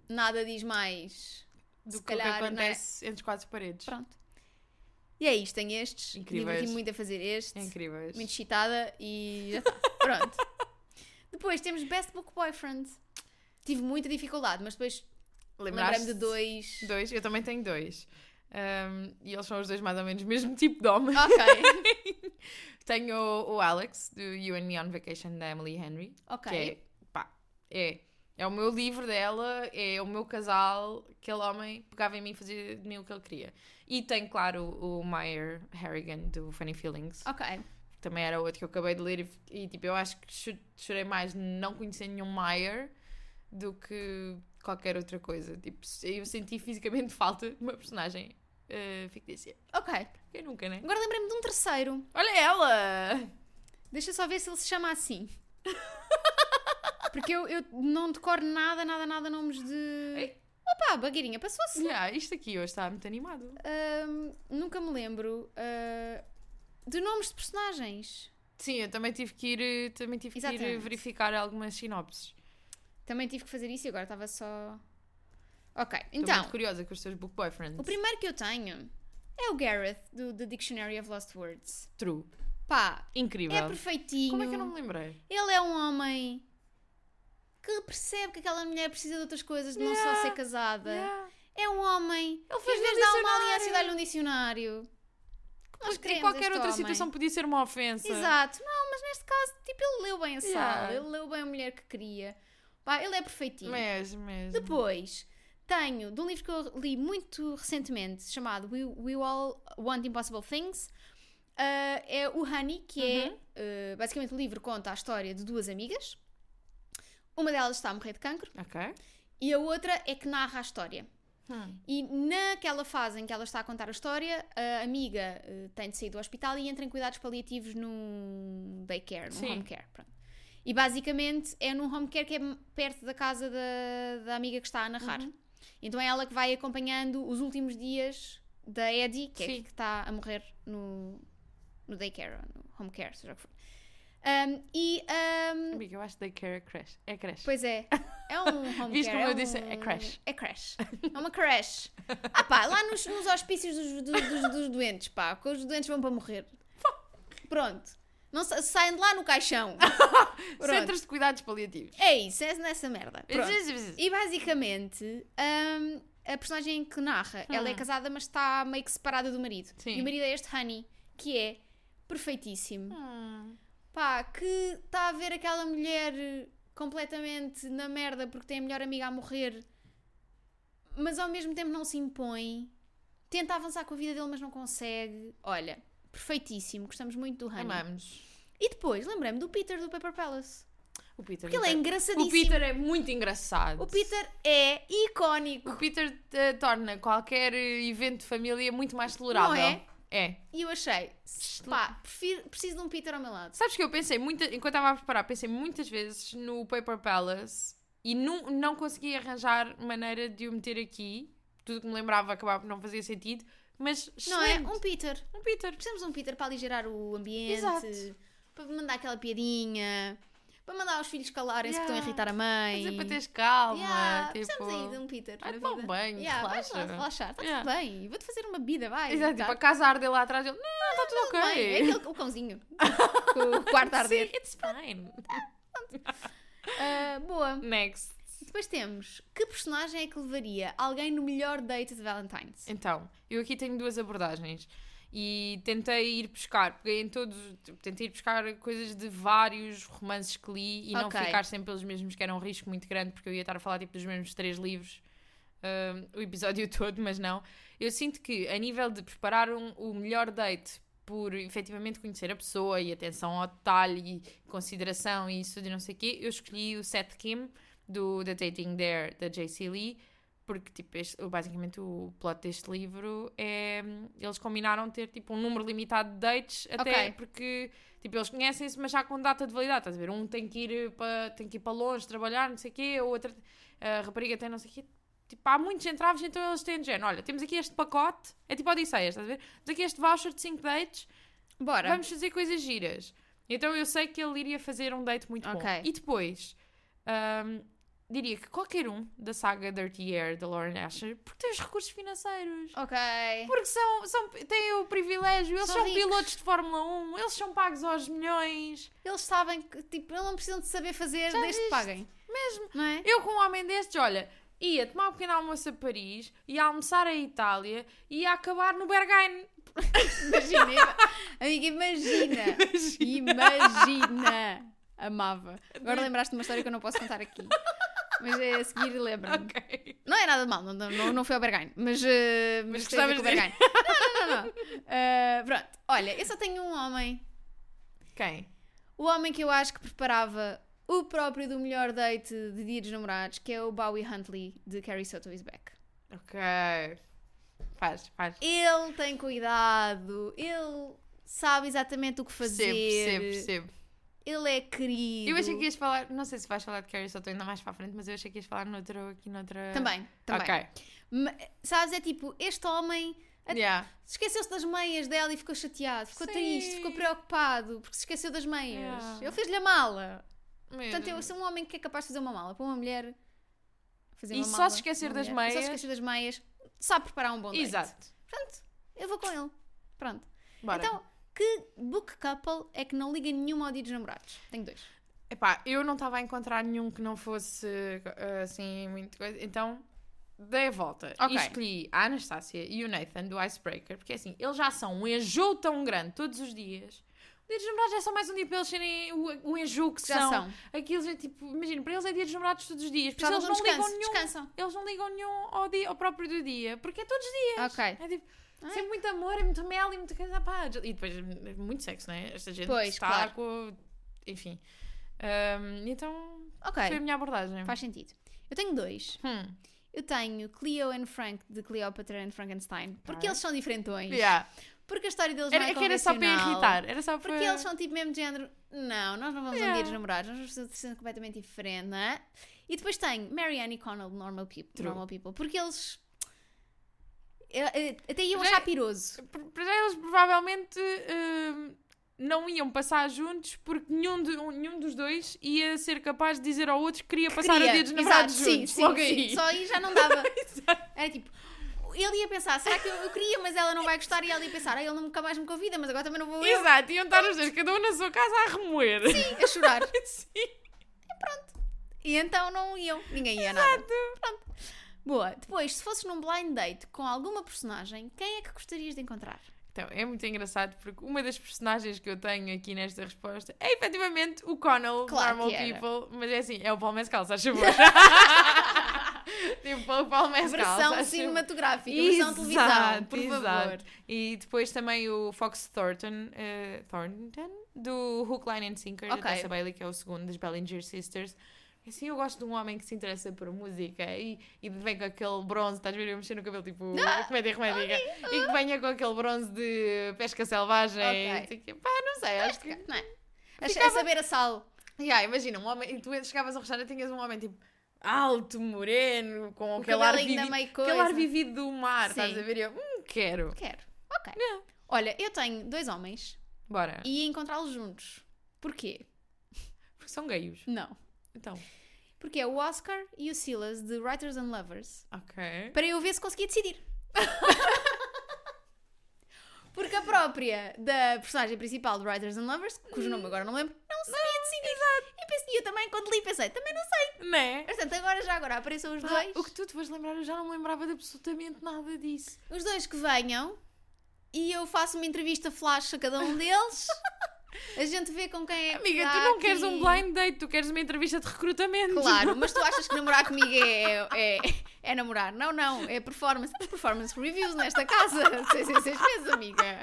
[SPEAKER 1] Nada diz mais.
[SPEAKER 2] do
[SPEAKER 1] Se
[SPEAKER 2] que o que
[SPEAKER 1] calhar, não é?
[SPEAKER 2] acontece entre quatro paredes.
[SPEAKER 1] Pronto. E é isto, tenho estes.
[SPEAKER 2] Incríveis.
[SPEAKER 1] Diverti-me muito a fazer este.
[SPEAKER 2] É incríveis.
[SPEAKER 1] Muito excitada e já está. Pronto. depois temos Best Book Boyfriend. Tive muita dificuldade, mas depois
[SPEAKER 2] Lembraste?
[SPEAKER 1] lembrei-me de dois.
[SPEAKER 2] Dois, eu também tenho dois. Um, e eles são os dois mais ou menos o mesmo tipo de homem.
[SPEAKER 1] Ah.
[SPEAKER 2] é
[SPEAKER 1] Ok.
[SPEAKER 2] Tenho o, o Alex, do You and Me on Vacation, da Emily Henry.
[SPEAKER 1] Ok.
[SPEAKER 2] Que é, pá, é. É o meu livro dela, é o meu casal. Aquele homem pegava em mim e fazia de mim o que ele queria. E tem, claro, o Meyer Harrigan, do Funny Feelings.
[SPEAKER 1] Ok.
[SPEAKER 2] que Também era outro que eu acabei de ler e, f- e, tipo, eu acho que cho- chorei mais de não conhecer nenhum Meyer do que qualquer outra coisa. Tipo, se- eu senti fisicamente falta de uma personagem eh, fictícia.
[SPEAKER 1] Ok.
[SPEAKER 2] Quem nunca, né?
[SPEAKER 1] Agora lembrei-me de um terceiro.
[SPEAKER 2] Olha ela!
[SPEAKER 1] Deixa só ver se ele se chama assim. Porque eu, eu não decoro nada, nada, nada nomes de.
[SPEAKER 2] Ei.
[SPEAKER 1] Opa, bagueirinha, passou-se.
[SPEAKER 2] Yeah, isto aqui hoje está muito animado.
[SPEAKER 1] Ahm, nunca me lembro ah, de nomes de personagens.
[SPEAKER 2] Sim, eu também tive que ir, eh, também tive que ir eh,
[SPEAKER 1] Exatamente.
[SPEAKER 2] verificar algumas sinopses.
[SPEAKER 1] Também tive que fazer isso e agora estava só. Ok,
[SPEAKER 2] Estou
[SPEAKER 1] então.
[SPEAKER 2] muito curiosa com os teus book boyfriends.
[SPEAKER 1] O primeiro que eu tenho é o Gareth, do The Dictionary of Lost Words.
[SPEAKER 2] True.
[SPEAKER 1] Pá,
[SPEAKER 2] Incrível.
[SPEAKER 1] é perfeitinho.
[SPEAKER 2] Como é que eu não me lembrei?
[SPEAKER 1] Ele é um homem que percebe que aquela mulher precisa de outras coisas, não só
[SPEAKER 2] Yeah.
[SPEAKER 1] ser casada.
[SPEAKER 2] Yeah.
[SPEAKER 1] É um homem.
[SPEAKER 2] Ele
[SPEAKER 1] que
[SPEAKER 2] fez
[SPEAKER 1] Às vezes
[SPEAKER 2] no
[SPEAKER 1] dá uma
[SPEAKER 2] dicionário.
[SPEAKER 1] aliança e dá-lhe um dicionário. Nós
[SPEAKER 2] Em
[SPEAKER 1] queremos
[SPEAKER 2] qualquer
[SPEAKER 1] este
[SPEAKER 2] outra
[SPEAKER 1] homem.
[SPEAKER 2] situação podia ser uma ofensa.
[SPEAKER 1] Exato. Não, mas neste caso, tipo, ele leu bem a sala,
[SPEAKER 2] Yeah.
[SPEAKER 1] ele leu bem a mulher que queria. Pá, ele é perfeitinho.
[SPEAKER 2] Mesmo, mesmo.
[SPEAKER 1] Depois, tenho de um livro que eu li muito recentemente, chamado We, We All Want Impossible Things, ah, é o Honey, que
[SPEAKER 2] Uhum.
[SPEAKER 1] é, ah, basicamente, o livro conta a história de duas amigas. Uma delas está a morrer de cancro
[SPEAKER 2] Ok.
[SPEAKER 1] e a outra é que narra a história.
[SPEAKER 2] Hum.
[SPEAKER 1] E naquela fase em que ela está a contar a história, a amiga eh, tem de sair do hospital e entra em cuidados paliativos num daycare, num
[SPEAKER 2] Sim.
[SPEAKER 1] home care. pronto. E basicamente é num home care que é m- perto da casa da, da amiga que está a narrar.
[SPEAKER 2] Uhum.
[SPEAKER 1] Então é ela que vai acompanhando os últimos dias da Eddie, que é
[SPEAKER 2] Sim.
[SPEAKER 1] que está a morrer no, no daycare, ou no home care, seja o que for. Ahm, e. ahm,
[SPEAKER 2] Amiga, eu acho que daycare é crash. É crash.
[SPEAKER 1] Pois é. É um home
[SPEAKER 2] Viste
[SPEAKER 1] care,
[SPEAKER 2] como
[SPEAKER 1] é
[SPEAKER 2] eu disse?
[SPEAKER 1] um-
[SPEAKER 2] É crash.
[SPEAKER 1] É crash. É uma crash. Ah pá, lá nos, nos hospícios dos, do- dos, dos doentes, pá, que os doentes vão para morrer. Pronto. Não, sa- saem de lá no caixão. Pronto.
[SPEAKER 2] Centros de cuidados paliativos.
[SPEAKER 1] É isso, é nessa merda. Pronto.
[SPEAKER 2] Pronto.
[SPEAKER 1] E basicamente, hum, a personagem que narra, ela é
[SPEAKER 2] Hum.
[SPEAKER 1] casada, mas está meio que separada do marido.
[SPEAKER 2] Sim.
[SPEAKER 1] E o marido é este Honey, que é perfeitíssimo
[SPEAKER 2] Hum.
[SPEAKER 1] pá, que está a ver aquela mulher eh, completamente na merda porque tem a melhor amiga a morrer, mas ao mesmo tempo não se impõe, tenta avançar com a vida dele, mas não consegue. Olha, perfeitíssimo, gostamos muito do
[SPEAKER 2] É
[SPEAKER 1] Honey.
[SPEAKER 2] Amamos.
[SPEAKER 1] E depois lembrei-me do Peter do Paper Palace,
[SPEAKER 2] O Peter.
[SPEAKER 1] porque ele é
[SPEAKER 2] então-
[SPEAKER 1] engraçadíssimo.
[SPEAKER 2] O Peter é muito engraçado.
[SPEAKER 1] O Peter é icónico.
[SPEAKER 2] O Peter eh, torna qualquer eh, evento de família muito mais tolerável.
[SPEAKER 1] Não é?
[SPEAKER 2] É.
[SPEAKER 1] E eu achei, pá, prefiro- preciso de um Peter ao meu lado.
[SPEAKER 2] Sabes que eu pensei, muita, enquanto estava a preparar, pensei muitas vezes no Paper Palace e nu, não consegui arranjar maneira de o meter aqui. Tudo que me lembrava acabava por não fazer sentido. Mas
[SPEAKER 1] Não é?
[SPEAKER 2] excelente.
[SPEAKER 1] Um Peter.
[SPEAKER 2] Um Peter.
[SPEAKER 1] Precisamos de um Peter para aligerar o ambiente,
[SPEAKER 2] Exato.
[SPEAKER 1] para mandar aquela piadinha, para mandar os filhos calarem-se que
[SPEAKER 2] Yeah.
[SPEAKER 1] estão a irritar a mãe.
[SPEAKER 2] Mas é para teres calma.
[SPEAKER 1] Yeah,
[SPEAKER 2] tipo...
[SPEAKER 1] Precisamos aí de um Peter.
[SPEAKER 2] vai
[SPEAKER 1] na
[SPEAKER 2] tomar um
[SPEAKER 1] vida.
[SPEAKER 2] banho,
[SPEAKER 1] yeah, vai
[SPEAKER 2] relaxa.
[SPEAKER 1] lá relaxar, está
[SPEAKER 2] Yeah.
[SPEAKER 1] tudo bem, vou-te fazer uma bebida, vai.
[SPEAKER 2] Exato,
[SPEAKER 1] tá
[SPEAKER 2] tipo, a casa arde lá atrás. Ele, não, está tudo
[SPEAKER 1] tudo bem." É
[SPEAKER 2] ok.
[SPEAKER 1] aquele, o cãozinho, com o quarto a arder.
[SPEAKER 2] Sim, it's fine.
[SPEAKER 1] Ah, boa.
[SPEAKER 2] Next.
[SPEAKER 1] E depois temos, que personagem é que levaria alguém no melhor date de Valentine's?
[SPEAKER 2] Então, eu aqui tenho duas abordagens e tentei ir buscar, peguei em todos, tipo, tentei ir buscar coisas de vários romances que li e não
[SPEAKER 1] Ok.
[SPEAKER 2] ficar sempre pelos mesmos, que era um risco muito grande, porque eu ia estar a falar tipo dos mesmos três livros um, o episódio todo, mas não. Eu sinto que a nível de preparar um- o melhor date por efetivamente conhecer a pessoa e atenção ao detalhe e consideração e isso de não sei o quê, eu escolhi o Seth Kim do The Dating There da J.C. Lee porque tipo, este- basicamente o plot deste livro é eles combinaram ter tipo um número limitado de dates até
[SPEAKER 1] Ok.
[SPEAKER 2] porque tipo, eles conhecem-se mas já com data de validade, estás a ver? Um tem que ir para tem que ir para longe trabalhar, não sei o quê, a outra a rapariga tem não sei o quê. Tipo, há muitos entraves, então eles têm de género. Olha, temos aqui este pacote, é tipo Odisseias, estás a ver? Temos aqui este voucher de 5 dates,
[SPEAKER 1] Bora.
[SPEAKER 2] vamos fazer coisas giras. Então eu sei que ele iria fazer um date muito
[SPEAKER 1] Ok.
[SPEAKER 2] bom. E depois, hum, diria que qualquer um da saga Dirty Air da Lauren Asher, porque tem os recursos financeiros.
[SPEAKER 1] Ok.
[SPEAKER 2] Porque são, são, têm o privilégio, eles
[SPEAKER 1] São
[SPEAKER 2] são,
[SPEAKER 1] ricos.
[SPEAKER 2] pilotos de Fórmula 1, eles são pagos aos milhões.
[SPEAKER 1] Eles sabem que, tipo, eles não precisam de saber fazer
[SPEAKER 2] Já
[SPEAKER 1] desde que
[SPEAKER 2] viste?
[SPEAKER 1] paguem. Mesmo. Não é?
[SPEAKER 2] Eu com um homem destes, olha, ia tomar um pequeno almoço a Paris, ia almoçar a Itália e ia acabar no Berghain.
[SPEAKER 1] Imagina, ima- amiga, imagina. Imagina. Amava. Agora lembraste de uma história que eu não posso contar aqui. Mas é a seguir lembra-me.
[SPEAKER 2] Ok.
[SPEAKER 1] Não é nada de mal, não, não, não foi ao Bergain, mas, eh, mas,
[SPEAKER 2] Mas
[SPEAKER 1] tem a ver
[SPEAKER 2] gostavas
[SPEAKER 1] com o
[SPEAKER 2] de-
[SPEAKER 1] Bergain. Não, não, não. não. Eh, pronto, olha, eu só tenho um homem.
[SPEAKER 2] Quem?
[SPEAKER 1] O homem que eu acho que preparava o próprio do melhor date de Dia dos Namorados, que é o Bowie Huntley de Carrie Soto is Back.
[SPEAKER 2] Ok. faz, faz.
[SPEAKER 1] Ele tem cuidado, ele sabe exatamente o que fazer.
[SPEAKER 2] Percebo, percebo, percebo.
[SPEAKER 1] Ele é querido.
[SPEAKER 2] Eu achei que ias falar, não sei se vais falar de Carrie Soto ainda mais para a frente, mas eu achei que ias falar noutro, aqui noutra.
[SPEAKER 1] Também, também.
[SPEAKER 2] Ok.
[SPEAKER 1] Ma- Sabes, é tipo, este homem
[SPEAKER 2] Yeah.
[SPEAKER 1] esqueceu-se das meias dela e ficou chateado, ficou
[SPEAKER 2] Sim.
[SPEAKER 1] triste, ficou preocupado porque se esqueceu das meias.
[SPEAKER 2] Yeah. É
[SPEAKER 1] Ele fez-lhe a mala.
[SPEAKER 2] Mesmo.
[SPEAKER 1] Portanto, eu, se um homem que é capaz de fazer uma mala para uma mulher, fazer
[SPEAKER 2] E
[SPEAKER 1] uma
[SPEAKER 2] só
[SPEAKER 1] mala
[SPEAKER 2] se esquecer
[SPEAKER 1] para uma
[SPEAKER 2] das
[SPEAKER 1] mulher, e Só se
[SPEAKER 2] meias-
[SPEAKER 1] esquecer das meias, sabe preparar um bom date.
[SPEAKER 2] Exato.
[SPEAKER 1] Pronto, eu vou com ele. Pronto.
[SPEAKER 2] Bora.
[SPEAKER 1] Então, que book couple é que não liga nenhuma ao dia dos namorados? Tenho dois.
[SPEAKER 2] Epá, eu não estava a encontrar nenhum que não fosse eh, assim muito coisa. Então dei a volta
[SPEAKER 1] Ok.
[SPEAKER 2] e escolhi a Anastácia e o Nathan do Icebreaker, porque assim, eles já são um enjoo tão grande todos os dias. O dia dos namorados já são mais um dia para eles serem o, o enjoo que
[SPEAKER 1] Já
[SPEAKER 2] são.
[SPEAKER 1] são.
[SPEAKER 2] Aquilo é tipo, imagina, para eles é dia dos namorados todos os dias, porque
[SPEAKER 1] Precisava
[SPEAKER 2] eles
[SPEAKER 1] de
[SPEAKER 2] não
[SPEAKER 1] um descanso.
[SPEAKER 2] ligam nenhum.
[SPEAKER 1] Descansam.
[SPEAKER 2] Eles não ligam nenhum ao, dia, ao próprio do dia, porque é todos os dias.
[SPEAKER 1] Ok.
[SPEAKER 2] É tipo,
[SPEAKER 1] Ah,
[SPEAKER 2] sempre muito amor, é muito mel e muito coisa. Pá, e depois é muito sexo, não é? Esta gente
[SPEAKER 1] Pois,
[SPEAKER 2] está
[SPEAKER 1] claro.
[SPEAKER 2] com. Enfim. Ahm, então
[SPEAKER 1] Ok.
[SPEAKER 2] foi a minha abordagem.
[SPEAKER 1] Faz sentido. Eu tenho dois.
[SPEAKER 2] Hum.
[SPEAKER 1] Eu tenho Cleo and Frank de Cleopatra and Frankenstein. Porque
[SPEAKER 2] Ok.
[SPEAKER 1] eles são diferentões.
[SPEAKER 2] Yeah.
[SPEAKER 1] Porque a história deles
[SPEAKER 2] Era,
[SPEAKER 1] não é
[SPEAKER 2] é que era só para
[SPEAKER 1] convencional.
[SPEAKER 2] irritar. Era só para.
[SPEAKER 1] Porque eles são tipo mesmo de género. Não, nós não vamos a um
[SPEAKER 2] Yeah.
[SPEAKER 1] dia dos namorados, nós vamos fazer uma cena completamente diferente, não é? E depois tenho Marianne e Connell de Normal People.
[SPEAKER 2] True.
[SPEAKER 1] Normal People porque eles. eu- eu- até iam
[SPEAKER 2] Já-
[SPEAKER 1] achar piroso.
[SPEAKER 2] Por- Para já eles provavelmente ahm, não iam passar juntos porque nenhum, de- um- nenhum dos dois ia ser capaz de dizer ao outro que queria passar
[SPEAKER 1] Queria.
[SPEAKER 2] a dia dos
[SPEAKER 1] Exato,
[SPEAKER 2] namorados
[SPEAKER 1] sim,
[SPEAKER 2] juntos.
[SPEAKER 1] sim,
[SPEAKER 2] Logo
[SPEAKER 1] sim.
[SPEAKER 2] aí.
[SPEAKER 1] Só aí já não dava. Era tipo, ele ia pensar, será que eu, eu queria, mas ela não vai gostar? E ela ia pensar, ah, ele nunca mais me convida, mas agora também não vou eu
[SPEAKER 2] Exato, iam estar os dois, cada um na sua casa a remoer.
[SPEAKER 1] a chorar.
[SPEAKER 2] Sim.
[SPEAKER 1] E então não iam, ninguém ia nada. Pronto. Boa. Depois, se fosses num blind date com alguma personagem, quem é que gostarias de encontrar?
[SPEAKER 2] Então, é muito engraçado porque uma das personagens que eu tenho aqui nesta resposta é efetivamente o Connell,
[SPEAKER 1] Claro
[SPEAKER 2] Normal
[SPEAKER 1] que era.
[SPEAKER 2] People, mas é assim, é o Paul Mescal, se faz favor. tipo, o Paul Mescal. se
[SPEAKER 1] Versão
[SPEAKER 2] faz favor.
[SPEAKER 1] cinematográfica, versão televisão, por
[SPEAKER 2] exato.
[SPEAKER 1] favor.
[SPEAKER 2] E depois também o Fox Thornton, eh, Thornton do Hook, Line and Sinker,
[SPEAKER 1] Ok.
[SPEAKER 2] da Tessa Bailey, que é o segundo das Bellinger Sisters. E Assim, eu gosto de um homem que se interessa por música e, e vem com aquele bronze, estás a ver, eu mexer no cabelo, tipo, comédia romântica, e que venha com aquele bronze de pesca selvagem.
[SPEAKER 1] Ok.
[SPEAKER 2] não sei o quê. Pá, não sei, acho que...
[SPEAKER 1] Não é? A, a saber a sal.
[SPEAKER 2] Yeah, imagina, um homem, e tu chegavas ao restaurante e tinhas um homem, tipo, alto, moreno, com aquele ar,
[SPEAKER 1] cabelinho da
[SPEAKER 2] vivi-
[SPEAKER 1] meio
[SPEAKER 2] aquele ar
[SPEAKER 1] coisa.
[SPEAKER 2] vivido do mar, estás
[SPEAKER 1] Sim.
[SPEAKER 2] a ver, E eu, hum, quero.
[SPEAKER 1] Quero. Ok. Olha, eu tenho dois homens
[SPEAKER 2] Bora.
[SPEAKER 1] e ia encontrá-los juntos. Porquê?
[SPEAKER 2] Porque são gaios.
[SPEAKER 1] Não.
[SPEAKER 2] Então.
[SPEAKER 1] Porque é o Oscar e o Silas de Writers and Lovers
[SPEAKER 2] Ok.
[SPEAKER 1] para eu ver se conseguia decidir. Porque a própria da personagem principal de Writers and Lovers, cujo nome agora não me lembro, não sabia decidir. E pensei, eu também, quando li, pensei, também não sei.
[SPEAKER 2] Né?
[SPEAKER 1] Portanto, agora já agora apareçam os
[SPEAKER 2] Pá,
[SPEAKER 1] dois.
[SPEAKER 2] Ah, o que tu te vais lembrar, eu já não me lembrava de absolutamente nada disso.
[SPEAKER 1] Os dois que venham e eu faço uma entrevista flash a cada um deles. a gente vê com quem é. que
[SPEAKER 2] Amiga, tu
[SPEAKER 1] dá
[SPEAKER 2] não queres
[SPEAKER 1] aqui.
[SPEAKER 2] um blind date, tu queres uma entrevista de recrutamento.
[SPEAKER 1] Claro, mas tu achas que namorar comigo é, é, é namorar? Não, não, é performance. Performance reviews nesta casa. Seis em seis meses, amiga.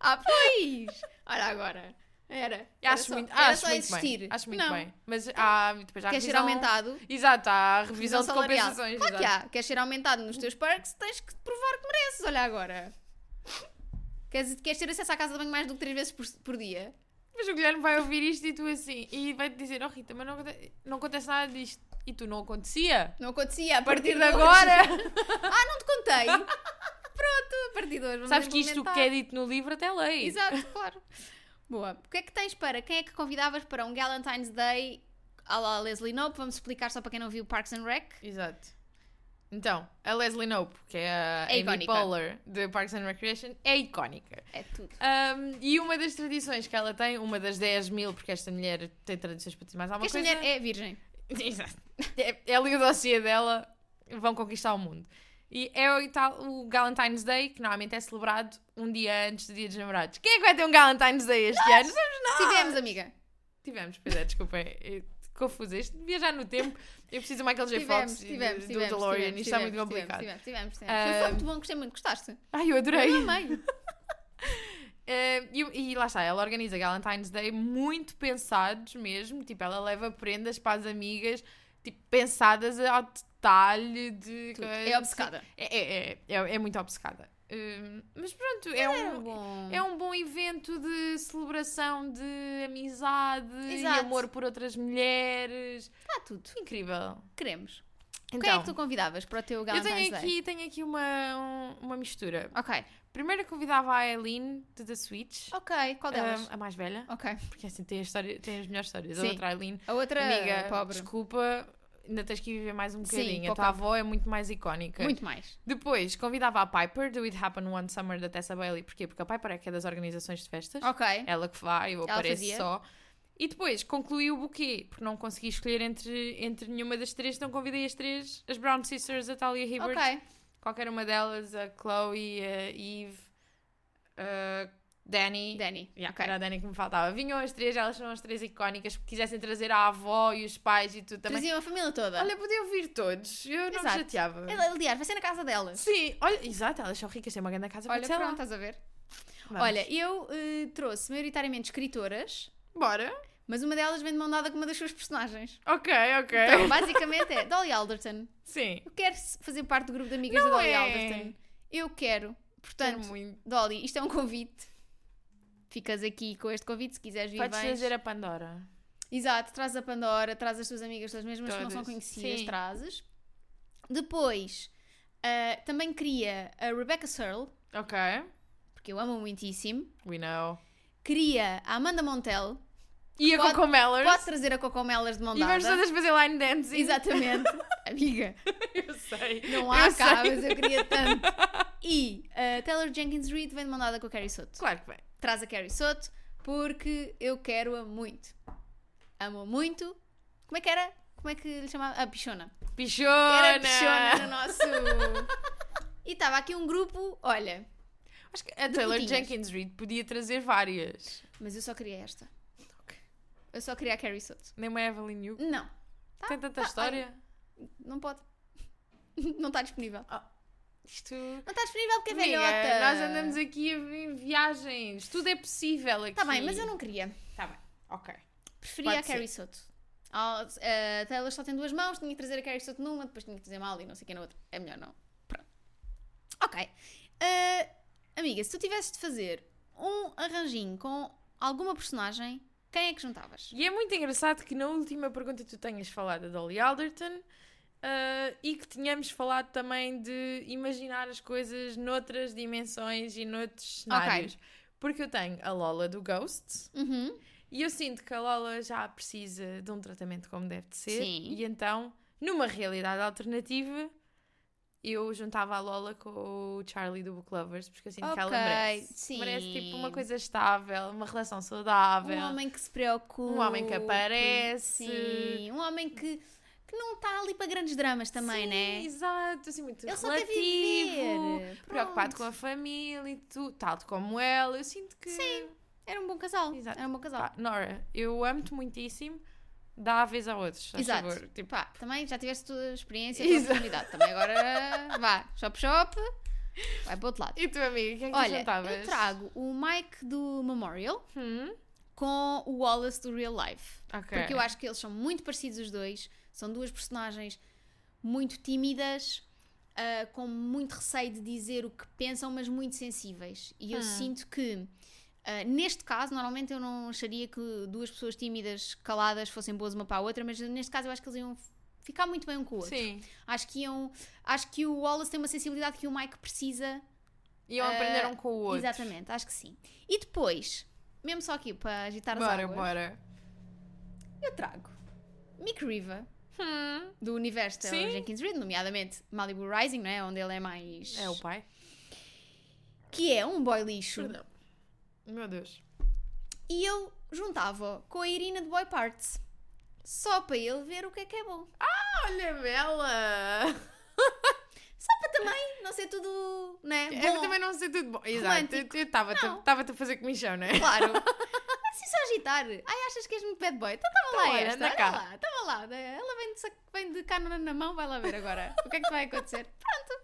[SPEAKER 1] Ah, pois! Olha agora. Era. era
[SPEAKER 2] Acho
[SPEAKER 1] só,
[SPEAKER 2] muito,
[SPEAKER 1] era
[SPEAKER 2] acho
[SPEAKER 1] só
[SPEAKER 2] muito
[SPEAKER 1] existir.
[SPEAKER 2] bem. Acho muito
[SPEAKER 1] não. é
[SPEAKER 2] bem. Mas há, depois há
[SPEAKER 1] Queres ser
[SPEAKER 2] revisão-
[SPEAKER 1] aumentado?
[SPEAKER 2] Exato, há a revisão, um de
[SPEAKER 1] salarial.
[SPEAKER 2] compensações.
[SPEAKER 1] Claro que
[SPEAKER 2] exato.
[SPEAKER 1] há. Queres ser aumentado nos teus perks, tens que provar que mereces. Olha agora. Queres, queres ter acesso à casa de banho mais do que três vezes por, por dia?
[SPEAKER 2] Mas o Guilherme vai ouvir isto e tu assim, e vai-te dizer, oh Rita, mas não, aconte- não acontece nada disto. E tu não acontecia?
[SPEAKER 1] Não acontecia. A
[SPEAKER 2] A partir
[SPEAKER 1] partir,
[SPEAKER 2] de
[SPEAKER 1] hoje.
[SPEAKER 2] agora,
[SPEAKER 1] Ah, não te contei. Pronto, a partir de hoje. vamos
[SPEAKER 2] sabes que isto
[SPEAKER 1] implementar.
[SPEAKER 2] que é dito no livro até lei.
[SPEAKER 1] Exato, claro. Boa. O que é que tens para? Quem é que convidavas para um Valentine's Day à la Leslie Nope? Vamos explicar só para quem não viu Parks and Rec.
[SPEAKER 2] Exato. Então, a Leslie Knope, que é a
[SPEAKER 1] É
[SPEAKER 2] Amy
[SPEAKER 1] icónica.
[SPEAKER 2] Poehler de Parks and Recreation, é icónica.
[SPEAKER 1] É tudo.
[SPEAKER 2] Ahm, e uma das tradições que ela tem, uma das 10 mil, porque esta mulher tem tradições para dizer mais alguma
[SPEAKER 1] Porque esta
[SPEAKER 2] coisa.
[SPEAKER 1] mulher é virgem.
[SPEAKER 2] Exato. É- Ela e o dossiê dela vão conquistar o mundo. E é o, tal, o Valentine's Day, que normalmente é celebrado um dia antes do Dia dos Namorados. Quem é que vai ter um Valentine's Day este ano? Somos nós!
[SPEAKER 1] Tivemos, amiga.
[SPEAKER 2] Tivemos, pois é, desculpem. eu- Confuso. Este viajar no tempo, eu preciso de Michael J.
[SPEAKER 1] Tivemos,
[SPEAKER 2] Fox e
[SPEAKER 1] tivemos,
[SPEAKER 2] do
[SPEAKER 1] tivemos.
[SPEAKER 2] DeLorean.
[SPEAKER 1] tivemos,
[SPEAKER 2] Isto está
[SPEAKER 1] tivemos,
[SPEAKER 2] muito complicado.
[SPEAKER 1] Tivemos, tivemos. tivemos. Foi- Foi
[SPEAKER 2] Ah,
[SPEAKER 1] muito bom, gostei muito. Gostaste?
[SPEAKER 2] Ai, eu adorei.
[SPEAKER 1] Eu amei.
[SPEAKER 2] Eh, e, e lá está, ela organiza Valentine's Day muito pensados mesmo. Tipo, ela leva prendas para as amigas, tipo, pensadas ao t- detalhe de.
[SPEAKER 1] Tudo.
[SPEAKER 2] coisa.
[SPEAKER 1] É obcecada.
[SPEAKER 2] É, é, é, é- é muito obcecada. Hum, mas pronto, é
[SPEAKER 1] Era
[SPEAKER 2] um,
[SPEAKER 1] bom.
[SPEAKER 2] é um bom evento de celebração de amizade e
[SPEAKER 1] Exato.
[SPEAKER 2] amor por outras mulheres.
[SPEAKER 1] Está tudo.
[SPEAKER 2] Incrível.
[SPEAKER 1] Queremos.
[SPEAKER 2] Então,
[SPEAKER 1] Quem é que tu convidavas para o teu
[SPEAKER 2] eu
[SPEAKER 1] Valentine's
[SPEAKER 2] tenho
[SPEAKER 1] Day?
[SPEAKER 2] aqui, tenho aqui uma, um- uma mistura.
[SPEAKER 1] Ok.
[SPEAKER 2] Primeiro eu convidava a Eileen de The Switch, Ah,
[SPEAKER 1] Ok. Qual delas?
[SPEAKER 2] a mais velha,
[SPEAKER 1] ok.
[SPEAKER 2] porque assim tem, a história, tem as melhores histórias. A
[SPEAKER 1] Sim.
[SPEAKER 2] outra Eileen
[SPEAKER 1] A outra
[SPEAKER 2] Amiga,
[SPEAKER 1] pobre.
[SPEAKER 2] desculpa, ainda tens que viver mais um
[SPEAKER 1] Sim,
[SPEAKER 2] bocadinho. a
[SPEAKER 1] pouco
[SPEAKER 2] tua avó é muito mais icónica.
[SPEAKER 1] Muito mais.
[SPEAKER 2] Depois, convidava a Piper do It Happened One Summer da Tessa Bailey. Porquê? Porque a Piper é que é das organizações de festas.
[SPEAKER 1] Ok.
[SPEAKER 2] Ela que vai, eu
[SPEAKER 1] Ela
[SPEAKER 2] apareço
[SPEAKER 1] fazia.
[SPEAKER 2] só. E depois, concluí o buquê, porque não consegui escolher entre, entre nenhuma das três, então convidei as três, as Brown Sisters, a Talia Hibbert,
[SPEAKER 1] Ok.
[SPEAKER 2] qualquer uma delas, a Chloe, a Eve, a Danny.
[SPEAKER 1] Dani.
[SPEAKER 2] Yeah,
[SPEAKER 1] ok.
[SPEAKER 2] Era a Dani que me faltava. Vinham as três, elas são as três icónicas. porque Quisessem trazer a avó e os pais e tudo também.
[SPEAKER 1] Trazia uma família toda.
[SPEAKER 2] Olha, podiam vir todos. Eu não me
[SPEAKER 1] Exato.
[SPEAKER 2] chateava.
[SPEAKER 1] Ela- Aliás, vai ser na casa dela.
[SPEAKER 2] Sim, olha, exato, elas são ricas, têm uma grande casa
[SPEAKER 1] Olha,
[SPEAKER 2] para
[SPEAKER 1] pronto, estás a ver?
[SPEAKER 2] Vamos.
[SPEAKER 1] Olha, eu eh, trouxe maioritariamente escritoras,
[SPEAKER 2] bora.
[SPEAKER 1] mas uma delas vem de mão dada com uma das suas personagens.
[SPEAKER 2] Ok, ok.
[SPEAKER 1] Então, basicamente é Dolly Alderton.
[SPEAKER 2] Sim.
[SPEAKER 1] Eu quero se- fazer parte do grupo de amigas
[SPEAKER 2] Não
[SPEAKER 1] da Dolly
[SPEAKER 2] é.
[SPEAKER 1] Alderton. Eu quero.
[SPEAKER 2] Quero
[SPEAKER 1] Portanto,
[SPEAKER 2] muito.
[SPEAKER 1] Dolly, isto é um convite. Ficas aqui com este convite se quiseres vir
[SPEAKER 2] Podes
[SPEAKER 1] vens.
[SPEAKER 2] trazer a Pandora.
[SPEAKER 1] Exato, traz a Pandora, traz as tuas amigas, as mesmas que não são
[SPEAKER 2] Todas.
[SPEAKER 1] conhecidas,
[SPEAKER 2] Sim.
[SPEAKER 1] trazes. Depois, ah, também queria a Rebecca Searle,
[SPEAKER 2] Ok.
[SPEAKER 1] porque eu amo muitíssimo.
[SPEAKER 2] We know.
[SPEAKER 1] Queria a Amanda Montel.
[SPEAKER 2] E a
[SPEAKER 1] Pode-
[SPEAKER 2] Coco Mellors.
[SPEAKER 1] Pode trazer a Cocomelas de mão
[SPEAKER 2] E vamos
[SPEAKER 1] dada.
[SPEAKER 2] todas fazer assim. line dancing.
[SPEAKER 1] Exatamente. Amiga,
[SPEAKER 2] Eu sei.
[SPEAKER 1] não há
[SPEAKER 2] eu
[SPEAKER 1] cá,
[SPEAKER 2] sei.
[SPEAKER 1] mas eu queria tanto. E a Taylor Jenkins Reid vem de mão dada com a Carrie Soto.
[SPEAKER 2] Claro que vai.
[SPEAKER 1] Traz a Carrie Soto, porque eu quero-a muito. Amo-a muito. Como é que era? Como é que lhe chamava? A Pichona.
[SPEAKER 2] Pichona.
[SPEAKER 1] Era pichona no nosso. e estava aqui um grupo, olha,
[SPEAKER 2] Acho que a Taylor
[SPEAKER 1] putinhas.
[SPEAKER 2] Jenkins Reid podia trazer várias.
[SPEAKER 1] mas eu só queria esta. Eu só queria a Carrie Soto.
[SPEAKER 2] Nem uma Evelyn Hugo.
[SPEAKER 1] Não,
[SPEAKER 2] Tem tanta
[SPEAKER 1] tá,
[SPEAKER 2] história.
[SPEAKER 1] não pode. não está disponível.
[SPEAKER 2] Isto.
[SPEAKER 1] Não está disponível porque é
[SPEAKER 2] Amiga,
[SPEAKER 1] velhota.
[SPEAKER 2] nós andamos aqui em viagens. Tudo é possível aqui.
[SPEAKER 1] Está Tá bem, mas eu não queria.
[SPEAKER 2] Tá bem. Ok.
[SPEAKER 1] Preferia
[SPEAKER 2] Pode
[SPEAKER 1] a Carrie Soto. Ah, A Taylor só tem duas mãos, tinha que trazer a Carrie Soto numa, depois tinha que trazer mal e não sei o que na outra. É melhor não. Pronto. Ok. Ah, amiga, se tu tivesses de fazer um arranjinho com alguma personagem, quem é que juntavas?
[SPEAKER 2] E é muito engraçado que na última pergunta tu tenhas falado da Dolly Alderton ah, e que tínhamos falado também de imaginar as coisas noutras dimensões e noutros cenários. Porque eu tenho a Lola do Ghost
[SPEAKER 1] Uhum.
[SPEAKER 2] e eu sinto que a Lola já precisa de um tratamento como deve de ser.
[SPEAKER 1] Sim.
[SPEAKER 2] E então, numa realidade alternativa, eu juntava a Lola com o Charlie do Book Lovers porque eu sinto que ela
[SPEAKER 1] Ok,
[SPEAKER 2] merece.
[SPEAKER 1] sim.
[SPEAKER 2] Merece tipo uma coisa estável, uma relação saudável.
[SPEAKER 1] Um homem que se preocupa.
[SPEAKER 2] Um homem que aparece.
[SPEAKER 1] Sim, um homem que, que não está ali para grandes dramas também,
[SPEAKER 2] Sim,
[SPEAKER 1] né?
[SPEAKER 2] Exato, assim, muito
[SPEAKER 1] Ele só quer
[SPEAKER 2] relativo,
[SPEAKER 1] viver.
[SPEAKER 2] preocupado
[SPEAKER 1] Pronto.
[SPEAKER 2] com a família e tudo, tal como ela. Eu sinto que. Sim,
[SPEAKER 1] Era um bom casal.
[SPEAKER 2] Exato.
[SPEAKER 1] Era um bom casal.
[SPEAKER 2] pá, Nora, eu amo-te muitíssimo, dá a vez a outros, faz
[SPEAKER 1] Exato.
[SPEAKER 2] favor. Tipo,
[SPEAKER 1] Pá, também já tiveste tua experiência,
[SPEAKER 2] Exato.
[SPEAKER 1] tua oportunidade. Também agora vá, shop shop, vai para o outro lado.
[SPEAKER 2] e tu, amiga, quem é que tu
[SPEAKER 1] Olha,
[SPEAKER 2] juntavas?
[SPEAKER 1] eu trago o Mike do Memorial
[SPEAKER 2] Hum,
[SPEAKER 1] com o Wallace do Real Life.
[SPEAKER 2] ok.
[SPEAKER 1] Porque eu acho que eles são muito parecidos os dois. São duas personagens muito tímidas, ah, com muito receio de dizer o que pensam, mas muito sensíveis. E
[SPEAKER 2] Hum.
[SPEAKER 1] eu sinto que, ah, neste caso, normalmente eu não acharia que duas pessoas tímidas, caladas, fossem boas uma para a outra, mas neste caso eu acho que eles iam ficar muito bem um com o outro.
[SPEAKER 2] Sim,
[SPEAKER 1] Acho que iam, acho que o Wallace tem uma sensibilidade que o Mike precisa.
[SPEAKER 2] iam aprender um com o outro.
[SPEAKER 1] Ah, Exatamente, acho que sim. E depois, mesmo só aqui para agitar as
[SPEAKER 2] Bora,
[SPEAKER 1] águas,
[SPEAKER 2] bora.
[SPEAKER 1] eu trago Mick Riva.
[SPEAKER 2] Hum,
[SPEAKER 1] do universo da
[SPEAKER 2] Sim.
[SPEAKER 1] Jenkins Reid, nomeadamente Malibu Rising, não é? Onde ele é mais.
[SPEAKER 2] É o pai?
[SPEAKER 1] Que é um boy lixo.
[SPEAKER 2] Perdão. Meu Deus.
[SPEAKER 1] E eu juntava com a Irina de Boy Parts. Só para ele ver o que é que é bom.
[SPEAKER 2] Olha, Bela!
[SPEAKER 1] Só para também não ser tudo. Né? Bom.
[SPEAKER 2] Eu É também não sei tudo bom. Exato, eu
[SPEAKER 1] Romântico.
[SPEAKER 2] eu estava-te
[SPEAKER 1] Não.
[SPEAKER 2] estava-te a fazer comichão, não é?
[SPEAKER 1] Claro. Assim só agitar. Ai, achas que és muito bad boy? Então toma
[SPEAKER 2] Então,
[SPEAKER 1] lá
[SPEAKER 2] olha,
[SPEAKER 1] esta.
[SPEAKER 2] anda
[SPEAKER 1] Olha
[SPEAKER 2] cá.
[SPEAKER 1] lá, toma lá. Ela vem de, sac- vem de cano na mão, vai lá ver agora. O que é que vai acontecer? Pronto.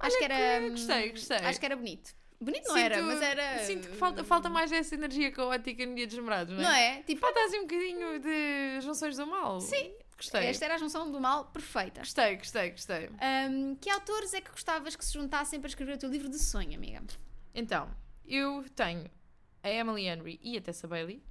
[SPEAKER 1] Acho que era. hum,
[SPEAKER 2] que Hum, gostei, gostei.
[SPEAKER 1] Acho que era bonito. Bonito não era, mas era.
[SPEAKER 2] Sinto que falta, falta mais essa energia caótica no dia dos namorados, não é?
[SPEAKER 1] Não é? Tipo,
[SPEAKER 2] Falta assim um bocadinho de junções do mal.
[SPEAKER 1] Sim, É
[SPEAKER 2] Gostei.
[SPEAKER 1] Esta era a junção do mal perfeita.
[SPEAKER 2] Gostei, gostei, gostei.
[SPEAKER 1] Ahm, que autores é que gostavas que se juntassem para escrever o teu livro de sonho, amiga?
[SPEAKER 2] Então, eu tenho a Emily Henry e a Tessa Bailey,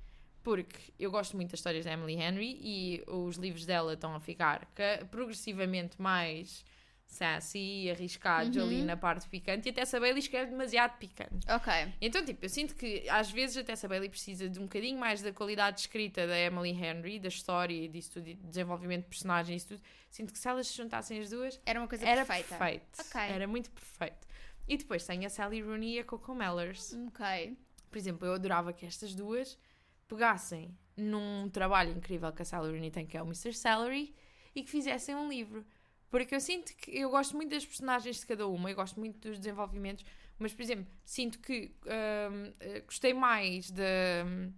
[SPEAKER 2] porque eu gosto muito das histórias da Emily Henry e os livros dela estão a ficar ca- progressivamente mais sassy e arriscados ali na parte picante. E a Tessa Bailey escreve demasiado picante.
[SPEAKER 1] Ok.
[SPEAKER 2] Então, tipo, eu sinto que às vezes a Tessa Bailey precisa de um bocadinho mais da qualidade escrita da Emily Henry, da história e disso tudo, e desenvolvimento de personagens e isso tudo. Sinto que se elas se juntassem as duas,
[SPEAKER 1] Era uma coisa
[SPEAKER 2] era
[SPEAKER 1] perfeita.
[SPEAKER 2] perfeito.
[SPEAKER 1] Ok.
[SPEAKER 2] Era muito perfeito. E depois tem a Sally Rooney e a Coco Mellers.
[SPEAKER 1] Ok.
[SPEAKER 2] Por exemplo, eu adorava que estas duas pegassem num trabalho incrível que a Sally Rooney tem, que é o Mr. Salary, e que fizessem um livro. Porque eu sinto que eu gosto muito das personagens de cada uma, eu gosto muito dos desenvolvimentos, mas, por exemplo, sinto que hum, eh, gostei mais de, hum,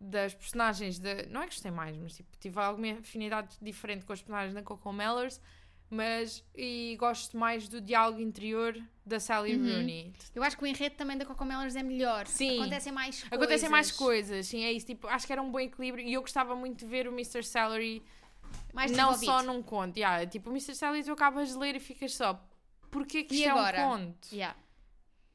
[SPEAKER 2] das personagens de. Não é que gostei mais, mas tipo, tive alguma afinidade diferente com as personagens da Coco Mellers, mas e gosto mais do diálogo interior da Sally
[SPEAKER 1] Uhum.
[SPEAKER 2] Rooney.
[SPEAKER 1] Eu acho que o enredo também da Cocomelers é melhor.
[SPEAKER 2] Sim.
[SPEAKER 1] Acontecem mais coisas.
[SPEAKER 2] Acontecem mais coisas, sim, é isso. Tipo, acho que era um bom equilíbrio e eu gostava muito de ver o Mr. Salary
[SPEAKER 1] Mais
[SPEAKER 2] não
[SPEAKER 1] desenvolvido.
[SPEAKER 2] só num conto. Yeah, tipo, o Mr. Salary tu acabas de ler e ficas só. Porquê que
[SPEAKER 1] E
[SPEAKER 2] isto é
[SPEAKER 1] agora?
[SPEAKER 2] um conto?
[SPEAKER 1] Yeah.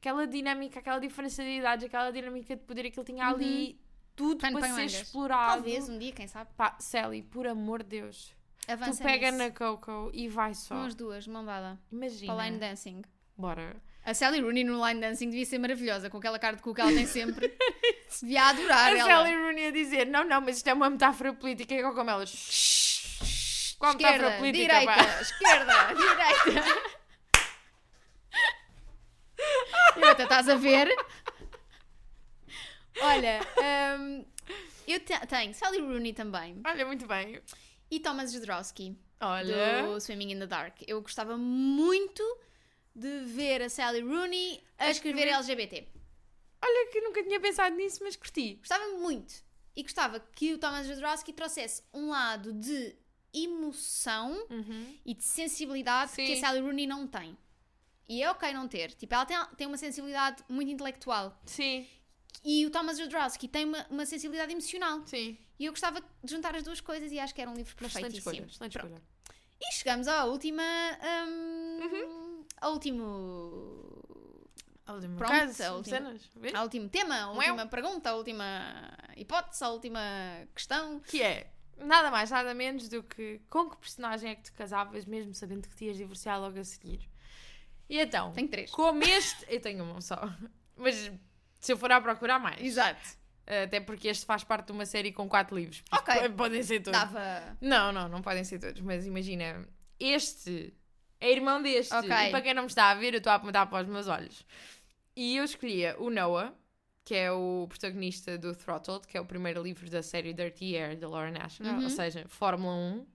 [SPEAKER 2] Aquela dinâmica, aquela diferença de idade, aquela dinâmica de poder que ele tinha ali, tudo
[SPEAKER 1] Uhum. Pano
[SPEAKER 2] para
[SPEAKER 1] para
[SPEAKER 2] ser
[SPEAKER 1] mangas.
[SPEAKER 2] explorado.
[SPEAKER 1] Talvez um dia, quem sabe,
[SPEAKER 2] Pá, Sally, por amor de Deus.
[SPEAKER 1] avança
[SPEAKER 2] tu pega
[SPEAKER 1] nisso.
[SPEAKER 2] na Coco e vai só. né?
[SPEAKER 1] Com as duas, mão dada.
[SPEAKER 2] Imagina.
[SPEAKER 1] Para o line dancing.
[SPEAKER 2] Bora.
[SPEAKER 1] A Sally Rooney no line dancing devia ser maravilhosa, com aquela cara de cu que ela tem sempre. devia adorar
[SPEAKER 2] a
[SPEAKER 1] ela.
[SPEAKER 2] Sally Rooney a dizer: não, não, mas isto é uma metáfora política. E a Coco Mello, "Shhh, Qual metáfora
[SPEAKER 1] Esquerda,
[SPEAKER 2] política?
[SPEAKER 1] direita,
[SPEAKER 2] pá?"
[SPEAKER 1] esquerda, direita. Direita, estás a ver? Olha, hum, eu te- tenho Sally Rooney também
[SPEAKER 2] Olha, muito bem.
[SPEAKER 1] e Thomas Jodorowsky
[SPEAKER 2] Olha.
[SPEAKER 1] do Swimming in the Dark. Eu gostava muito de ver a Sally Rooney a escrever LGBT.
[SPEAKER 2] Olha que nunca tinha pensado nisso, mas curti.
[SPEAKER 1] Gostava muito e gostava que o Thomas Jodorowsky trouxesse um lado de emoção e de sensibilidade que a
[SPEAKER 2] Sim.
[SPEAKER 1] Sally Rooney não tem. E é ok não ter. Tipo, ela tem, tem uma sensibilidade muito intelectual.
[SPEAKER 2] Sim,
[SPEAKER 1] E o Thomas Jodorowsky tem uma, uma sensibilidade emocional.
[SPEAKER 2] sim.
[SPEAKER 1] E eu gostava de juntar as duas coisas e acho que era um livro
[SPEAKER 2] Uma excelente escolha.
[SPEAKER 1] perfeitíssimo.
[SPEAKER 2] Excelente
[SPEAKER 1] Pronto.
[SPEAKER 2] escolha.
[SPEAKER 1] E chegamos à última... hum,
[SPEAKER 2] Uhum.
[SPEAKER 1] Ao último...
[SPEAKER 2] A última
[SPEAKER 1] Pronto,
[SPEAKER 2] casa,
[SPEAKER 1] a última.
[SPEAKER 2] cenas. Vês?
[SPEAKER 1] Ao último tema, a
[SPEAKER 2] Ué.
[SPEAKER 1] última pergunta, a última hipótese, a última questão.
[SPEAKER 2] Que é nada mais, nada menos do que com que personagem é que te casavas, mesmo sabendo que te ias divorciar logo a seguir. E então,
[SPEAKER 1] Tenho três.
[SPEAKER 2] como este. Eu tenho um só. Mas se eu for a procurar mais.
[SPEAKER 1] Exato.
[SPEAKER 2] Até porque este faz parte de uma série com quatro livros.
[SPEAKER 1] Ok.
[SPEAKER 2] Podem ser todos.
[SPEAKER 1] Dava...
[SPEAKER 2] Não, não, não podem ser todos, mas imagina, este é irmão deste.
[SPEAKER 1] Ok.
[SPEAKER 2] E para quem não me está a ver, eu estou a apontar para os meus olhos. E eu escolhia o Noah, que é o protagonista do Throttled, que é o primeiro livro da série Dirty Air da Lauren National,
[SPEAKER 1] Uhum.
[SPEAKER 2] ou seja, Fórmula 1.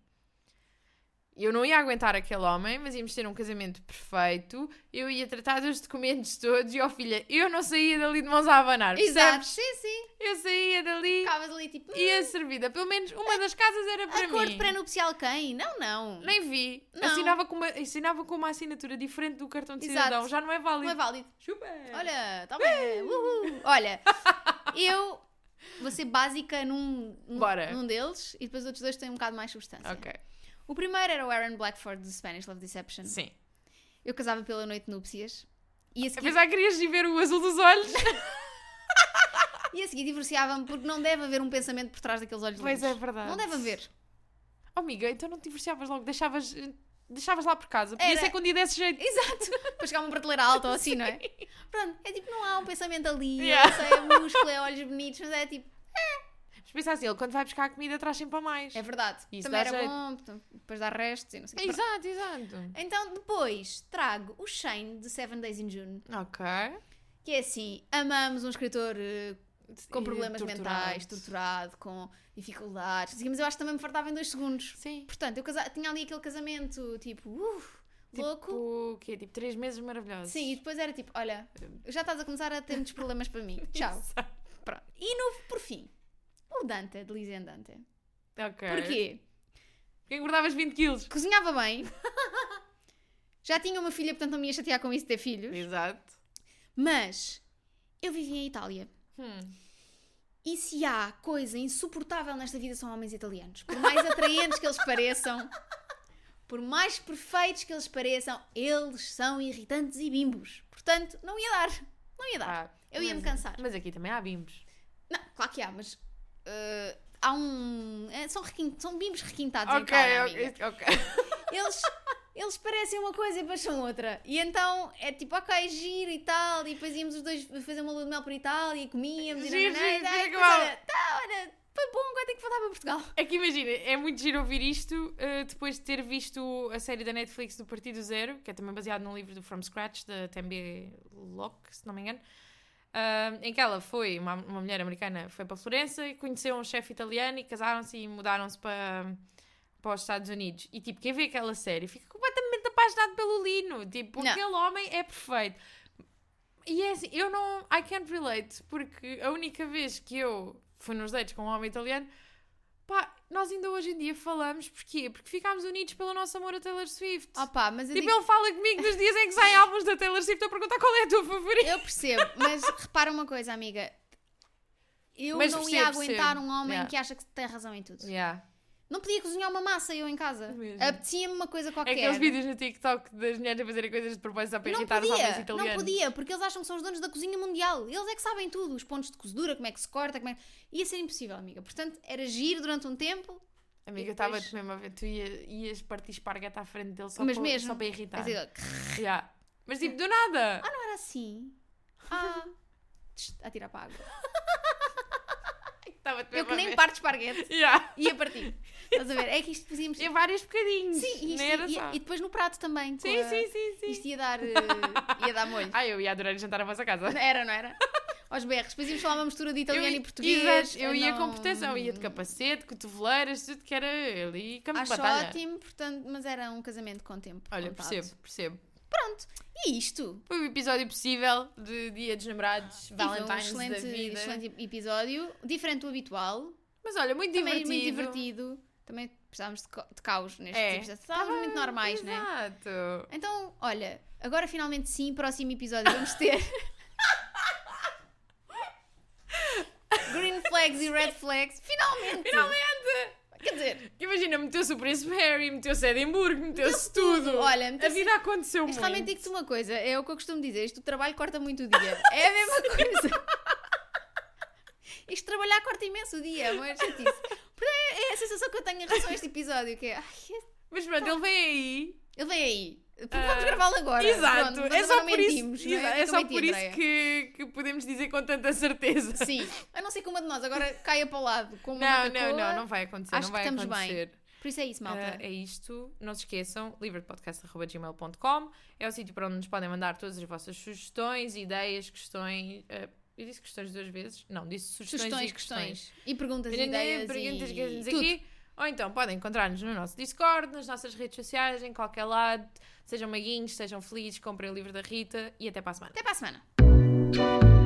[SPEAKER 2] Eu não ia aguentar aquele homem, mas íamos ter um casamento perfeito. Eu ia tratar dos documentos todos e, ó filha, eu não saía dali de mãos a abanar.
[SPEAKER 1] Exato,
[SPEAKER 2] Percebes?
[SPEAKER 1] sim, sim.
[SPEAKER 2] Eu saía dali
[SPEAKER 1] Ficavas ali tipo...
[SPEAKER 2] e ia servida. Pelo menos uma das casas era para mim.
[SPEAKER 1] Acordo pré-nupcial quem? Não, não.
[SPEAKER 2] Nem vi.
[SPEAKER 1] Não.
[SPEAKER 2] Assinava, com uma, assinava com uma assinatura diferente do cartão de
[SPEAKER 1] Exato.
[SPEAKER 2] cidadão. Já não é válido.
[SPEAKER 1] Não é válido.
[SPEAKER 2] Chupa!
[SPEAKER 1] Olha, tá bem. Uhul. Olha, eu vou ser básica num, num,
[SPEAKER 2] Bora.
[SPEAKER 1] num deles e depois os outros dois têm um bocado mais substância.
[SPEAKER 2] Ok.
[SPEAKER 1] O primeiro era o Aaron Blackford do Spanish Love Deception.
[SPEAKER 2] Sim. É
[SPEAKER 1] Eu casava pela noite de núpcias e a
[SPEAKER 2] Eu
[SPEAKER 1] seguir,
[SPEAKER 2] pensava que querias ir ver o azul dos olhos.
[SPEAKER 1] e a seguir divorciava-me porque não deve haver um pensamento por trás daqueles olhos
[SPEAKER 2] Pois
[SPEAKER 1] lindos.
[SPEAKER 2] é, verdade.
[SPEAKER 1] Não deve haver.
[SPEAKER 2] Oh, amiga, então não te divorciavas logo. Deixavas, deixavas lá por casa. Podia
[SPEAKER 1] Era-
[SPEAKER 2] ser que um dia desse jeito.
[SPEAKER 1] Exato. Para chegar a uma prateleira alta ou assim, não é? Pronto, é tipo, não há um pensamento ali.
[SPEAKER 2] Yeah.
[SPEAKER 1] Eu sei, é músculo, é olhos bonitos, mas é tipo,
[SPEAKER 2] Mas pensa assim, ele quando vai buscar a comida traz sempre a mais.
[SPEAKER 1] é verdade.
[SPEAKER 2] Isso
[SPEAKER 1] Também era
[SPEAKER 2] dá jeito.
[SPEAKER 1] bom, portanto, depois dá restos e não sei o quê.
[SPEAKER 2] Exato, exato.
[SPEAKER 1] Então depois trago o Shane de Seven Days in June,
[SPEAKER 2] Ok.
[SPEAKER 1] que é assim, amamos um escritor eh, com
[SPEAKER 2] E
[SPEAKER 1] problemas
[SPEAKER 2] torturado.
[SPEAKER 1] mentais, torturado, com dificuldades, assim, mas eu acho que também me fartava em dois segundos.
[SPEAKER 2] Sim.
[SPEAKER 1] Portanto, eu casa- tinha ali aquele casamento, tipo, uff, louco.
[SPEAKER 2] Tipo, o quê? Tipo, três meses maravilhosos.
[SPEAKER 1] Sim, e depois era tipo, olha, já estás a começar a ter muitos problemas para mim, tchau. Pronto. E no, por fim, o Dante, de Lisa Dante.
[SPEAKER 2] Ok.
[SPEAKER 1] Porquê?
[SPEAKER 2] Porque engordavas 20 quilos.
[SPEAKER 1] Cozinhava bem, já tinha uma filha, portanto não me ia chatear com isso de ter filhos.
[SPEAKER 2] Exato.
[SPEAKER 1] Mas eu vivia em Itália
[SPEAKER 2] Hum.
[SPEAKER 1] E se há coisa insuportável nesta vida são homens italianos. Por mais atraentes que eles pareçam, por mais perfeitos que eles pareçam, eles são irritantes e bimbos. Portanto, não ia dar. Não ia dar.
[SPEAKER 2] Ah,
[SPEAKER 1] Eu ia-me
[SPEAKER 2] mas-
[SPEAKER 1] cansar.
[SPEAKER 2] Mas aqui também há bimbos.
[SPEAKER 1] Não, claro que há, mas eh, há um. eh, são, requin- são bimbos requintados em
[SPEAKER 2] Ok,
[SPEAKER 1] Itália,
[SPEAKER 2] ok,
[SPEAKER 1] amiga.
[SPEAKER 2] ok.
[SPEAKER 1] Eles, eles parecem uma coisa e depois são outra. E então é tipo, ok, giro e tal. E depois íamos os dois fazer uma lua de mel por Itália e comíamos. e
[SPEAKER 2] Giro,
[SPEAKER 1] nananã,
[SPEAKER 2] giro,
[SPEAKER 1] e tal, e
[SPEAKER 2] giro,
[SPEAKER 1] depois,
[SPEAKER 2] igual.
[SPEAKER 1] olha, tá, olha, foi bom, agora tenho que voltar para Portugal.
[SPEAKER 2] É que imagina, é muito giro ouvir isto eh, depois de ter visto a série da Netflix do Partido Zero, que é também baseado num livro do From Scratch, da Tembi Locke, se não me engano, ah, em que ela foi, uma, uma mulher americana, foi para Florença e conheceu um chefe italiano e casaram-se e mudaram-se para, para os Estados Unidos. E tipo, quem vê aquela série fica completamente apaixonado pelo Lino. Tipo,
[SPEAKER 1] Não.
[SPEAKER 2] aquele homem é perfeito. E é assim, eu não. I can't relate, porque a única vez que eu fui nos dates com um homem italiano, pá, nós ainda hoje em dia falamos, porquê? Porque ficámos unidos pelo nosso amor a Taylor Swift.
[SPEAKER 1] Opa, mas eu
[SPEAKER 2] tipo,
[SPEAKER 1] digo-
[SPEAKER 2] ele fala comigo nos dias em que saem álbuns da Taylor Swift a perguntar qual é a tua favorita.
[SPEAKER 1] Eu percebo, mas repara uma coisa, amiga. Eu
[SPEAKER 2] Mas
[SPEAKER 1] não ia
[SPEAKER 2] percebo,
[SPEAKER 1] aguentar
[SPEAKER 2] percebo.
[SPEAKER 1] um homem
[SPEAKER 2] Yeah.
[SPEAKER 1] que acha que tem razão em tudo. Não podia cozinhar uma massa eu em casa.
[SPEAKER 2] Mesmo.
[SPEAKER 1] Apetecia-me uma coisa
[SPEAKER 2] É
[SPEAKER 1] qualquer.
[SPEAKER 2] aqueles vídeos no TikTok das mulheres a fazerem coisas de propósito só para
[SPEAKER 1] não
[SPEAKER 2] irritar os homens
[SPEAKER 1] podia,
[SPEAKER 2] italianos.
[SPEAKER 1] não podia, porque eles acham que são os donos da cozinha mundial. Eles é que sabem tudo, os pontos de cozedura, como é que se corta, como é que... Ia ser impossível, amiga. Portanto, era giro durante um tempo,
[SPEAKER 2] Amiga,
[SPEAKER 1] E
[SPEAKER 2] eu
[SPEAKER 1] depois-
[SPEAKER 2] estava-te mesmo a ver, tu ia- ias partir espargata à frente dele só,
[SPEAKER 1] Mas
[SPEAKER 2] para,
[SPEAKER 1] mesmo.
[SPEAKER 2] só para irritar.
[SPEAKER 1] mas eu- crrr,
[SPEAKER 2] Yeah. Mas tipo, do nada!
[SPEAKER 1] não era assim. Ah, tch, a tirar para a água.
[SPEAKER 2] Estava-te
[SPEAKER 1] Eu
[SPEAKER 2] mesmo
[SPEAKER 1] que
[SPEAKER 2] a
[SPEAKER 1] nem
[SPEAKER 2] ver.
[SPEAKER 1] parto esparguete,
[SPEAKER 2] Yeah.
[SPEAKER 1] ia partir. Estás a ver? É que isto fazíamos...
[SPEAKER 2] Em vários bocadinhos.
[SPEAKER 1] Sim, e, isto
[SPEAKER 2] não era
[SPEAKER 1] ia-
[SPEAKER 2] só.
[SPEAKER 1] e depois no prato também. com
[SPEAKER 2] Sim,
[SPEAKER 1] a-
[SPEAKER 2] sim, sim, sim.
[SPEAKER 1] Isto ia dar, eh, ia dar molho.
[SPEAKER 2] Ah, eu ia adorar ir jantar à vossa casa.
[SPEAKER 1] Não Era, não era? Aos berros. Depois íamos falar uma mistura de italiano
[SPEAKER 2] eu,
[SPEAKER 1] e
[SPEAKER 2] ia-
[SPEAKER 1] português.
[SPEAKER 2] Exato, eu
[SPEAKER 1] eh,
[SPEAKER 2] ia
[SPEAKER 1] não-
[SPEAKER 2] com proteção, ia de capacete, cotoveleiras, tudo que era ali, campo de
[SPEAKER 1] Acho
[SPEAKER 2] batalha.
[SPEAKER 1] ótimo, portanto, mas era um casamento com tempo.
[SPEAKER 2] Olha,
[SPEAKER 1] contado.
[SPEAKER 2] percebo, percebo.
[SPEAKER 1] E isto?
[SPEAKER 2] Foi o episódio possível de Dia dos Namorados,
[SPEAKER 1] E foi
[SPEAKER 2] Valentine's
[SPEAKER 1] um excelente,
[SPEAKER 2] da vida.
[SPEAKER 1] excelente episódio, diferente do habitual,
[SPEAKER 2] Mas olha, muito
[SPEAKER 1] também é
[SPEAKER 2] divertido.
[SPEAKER 1] muito divertido. tipo, Também precisávamos de, ca- de caos nestes
[SPEAKER 2] É.
[SPEAKER 1] episódios. Estávamos muito normais, não é?
[SPEAKER 2] Exato.
[SPEAKER 1] Então, olha, agora finalmente sim, próximo episódio vamos ter. Green flags e red flags, finalmente!
[SPEAKER 2] Finalmente!
[SPEAKER 1] Quer dizer,
[SPEAKER 2] Imagina, meteu-se o Príncipe Harry, meteu-se Edimburgo, meteu-se tudo.
[SPEAKER 1] Olha,
[SPEAKER 2] a
[SPEAKER 1] meteu-se-
[SPEAKER 2] vida aconteceu
[SPEAKER 1] isto
[SPEAKER 2] muito.
[SPEAKER 1] realmente digo-te uma coisa, é o que eu costumo dizer, isto o trabalho corta muito o dia. É a mesma coisa. Isto trabalhar corta imenso o dia, mas chatice. Portanto, é- é a sensação que eu tenho em relação a este episódio, que é, ai,
[SPEAKER 2] Mas pronto, ele vem aí.
[SPEAKER 1] ele vem aí, porque
[SPEAKER 2] Ah,
[SPEAKER 1] vamos gravá-lo agora.
[SPEAKER 2] Exato.
[SPEAKER 1] Pronto,
[SPEAKER 2] é
[SPEAKER 1] mas
[SPEAKER 2] só
[SPEAKER 1] agora
[SPEAKER 2] por
[SPEAKER 1] mentimos,
[SPEAKER 2] isso,
[SPEAKER 1] não é?
[SPEAKER 2] exato,
[SPEAKER 1] Porque
[SPEAKER 2] é
[SPEAKER 1] eu
[SPEAKER 2] só
[SPEAKER 1] menti,
[SPEAKER 2] por isso
[SPEAKER 1] Andréia.
[SPEAKER 2] que, que podemos dizer com tanta certeza.
[SPEAKER 1] Sim, a não ser que uma de nós agora caia para o lado com uma
[SPEAKER 2] Não,
[SPEAKER 1] macacoa.
[SPEAKER 2] não, não, não vai acontecer,
[SPEAKER 1] Acho
[SPEAKER 2] não
[SPEAKER 1] que
[SPEAKER 2] vai
[SPEAKER 1] estamos bem,
[SPEAKER 2] acontecer.
[SPEAKER 1] Por isso é isso, malta.
[SPEAKER 2] Ah, é isto. Não se esqueçam, livredepodcast.gmail.com é o sítio para onde nos podem mandar todas as vossas sugestões, ideias, questões. ah, eu disse questões duas vezes? Não, disse sugestões,
[SPEAKER 1] Sugestões,
[SPEAKER 2] e questões.
[SPEAKER 1] questões. E perguntas,
[SPEAKER 2] Nenê,
[SPEAKER 1] ideias
[SPEAKER 2] perguntas
[SPEAKER 1] e...
[SPEAKER 2] que fazemos
[SPEAKER 1] tudo.
[SPEAKER 2] aqui. Ou então podem encontrar-nos no nosso Discord, nas nossas redes sociais, em qualquer lado. Sejam maguinhos, sejam felizes, comprem o livro da Rita e até para a semana.
[SPEAKER 1] Até para a semana.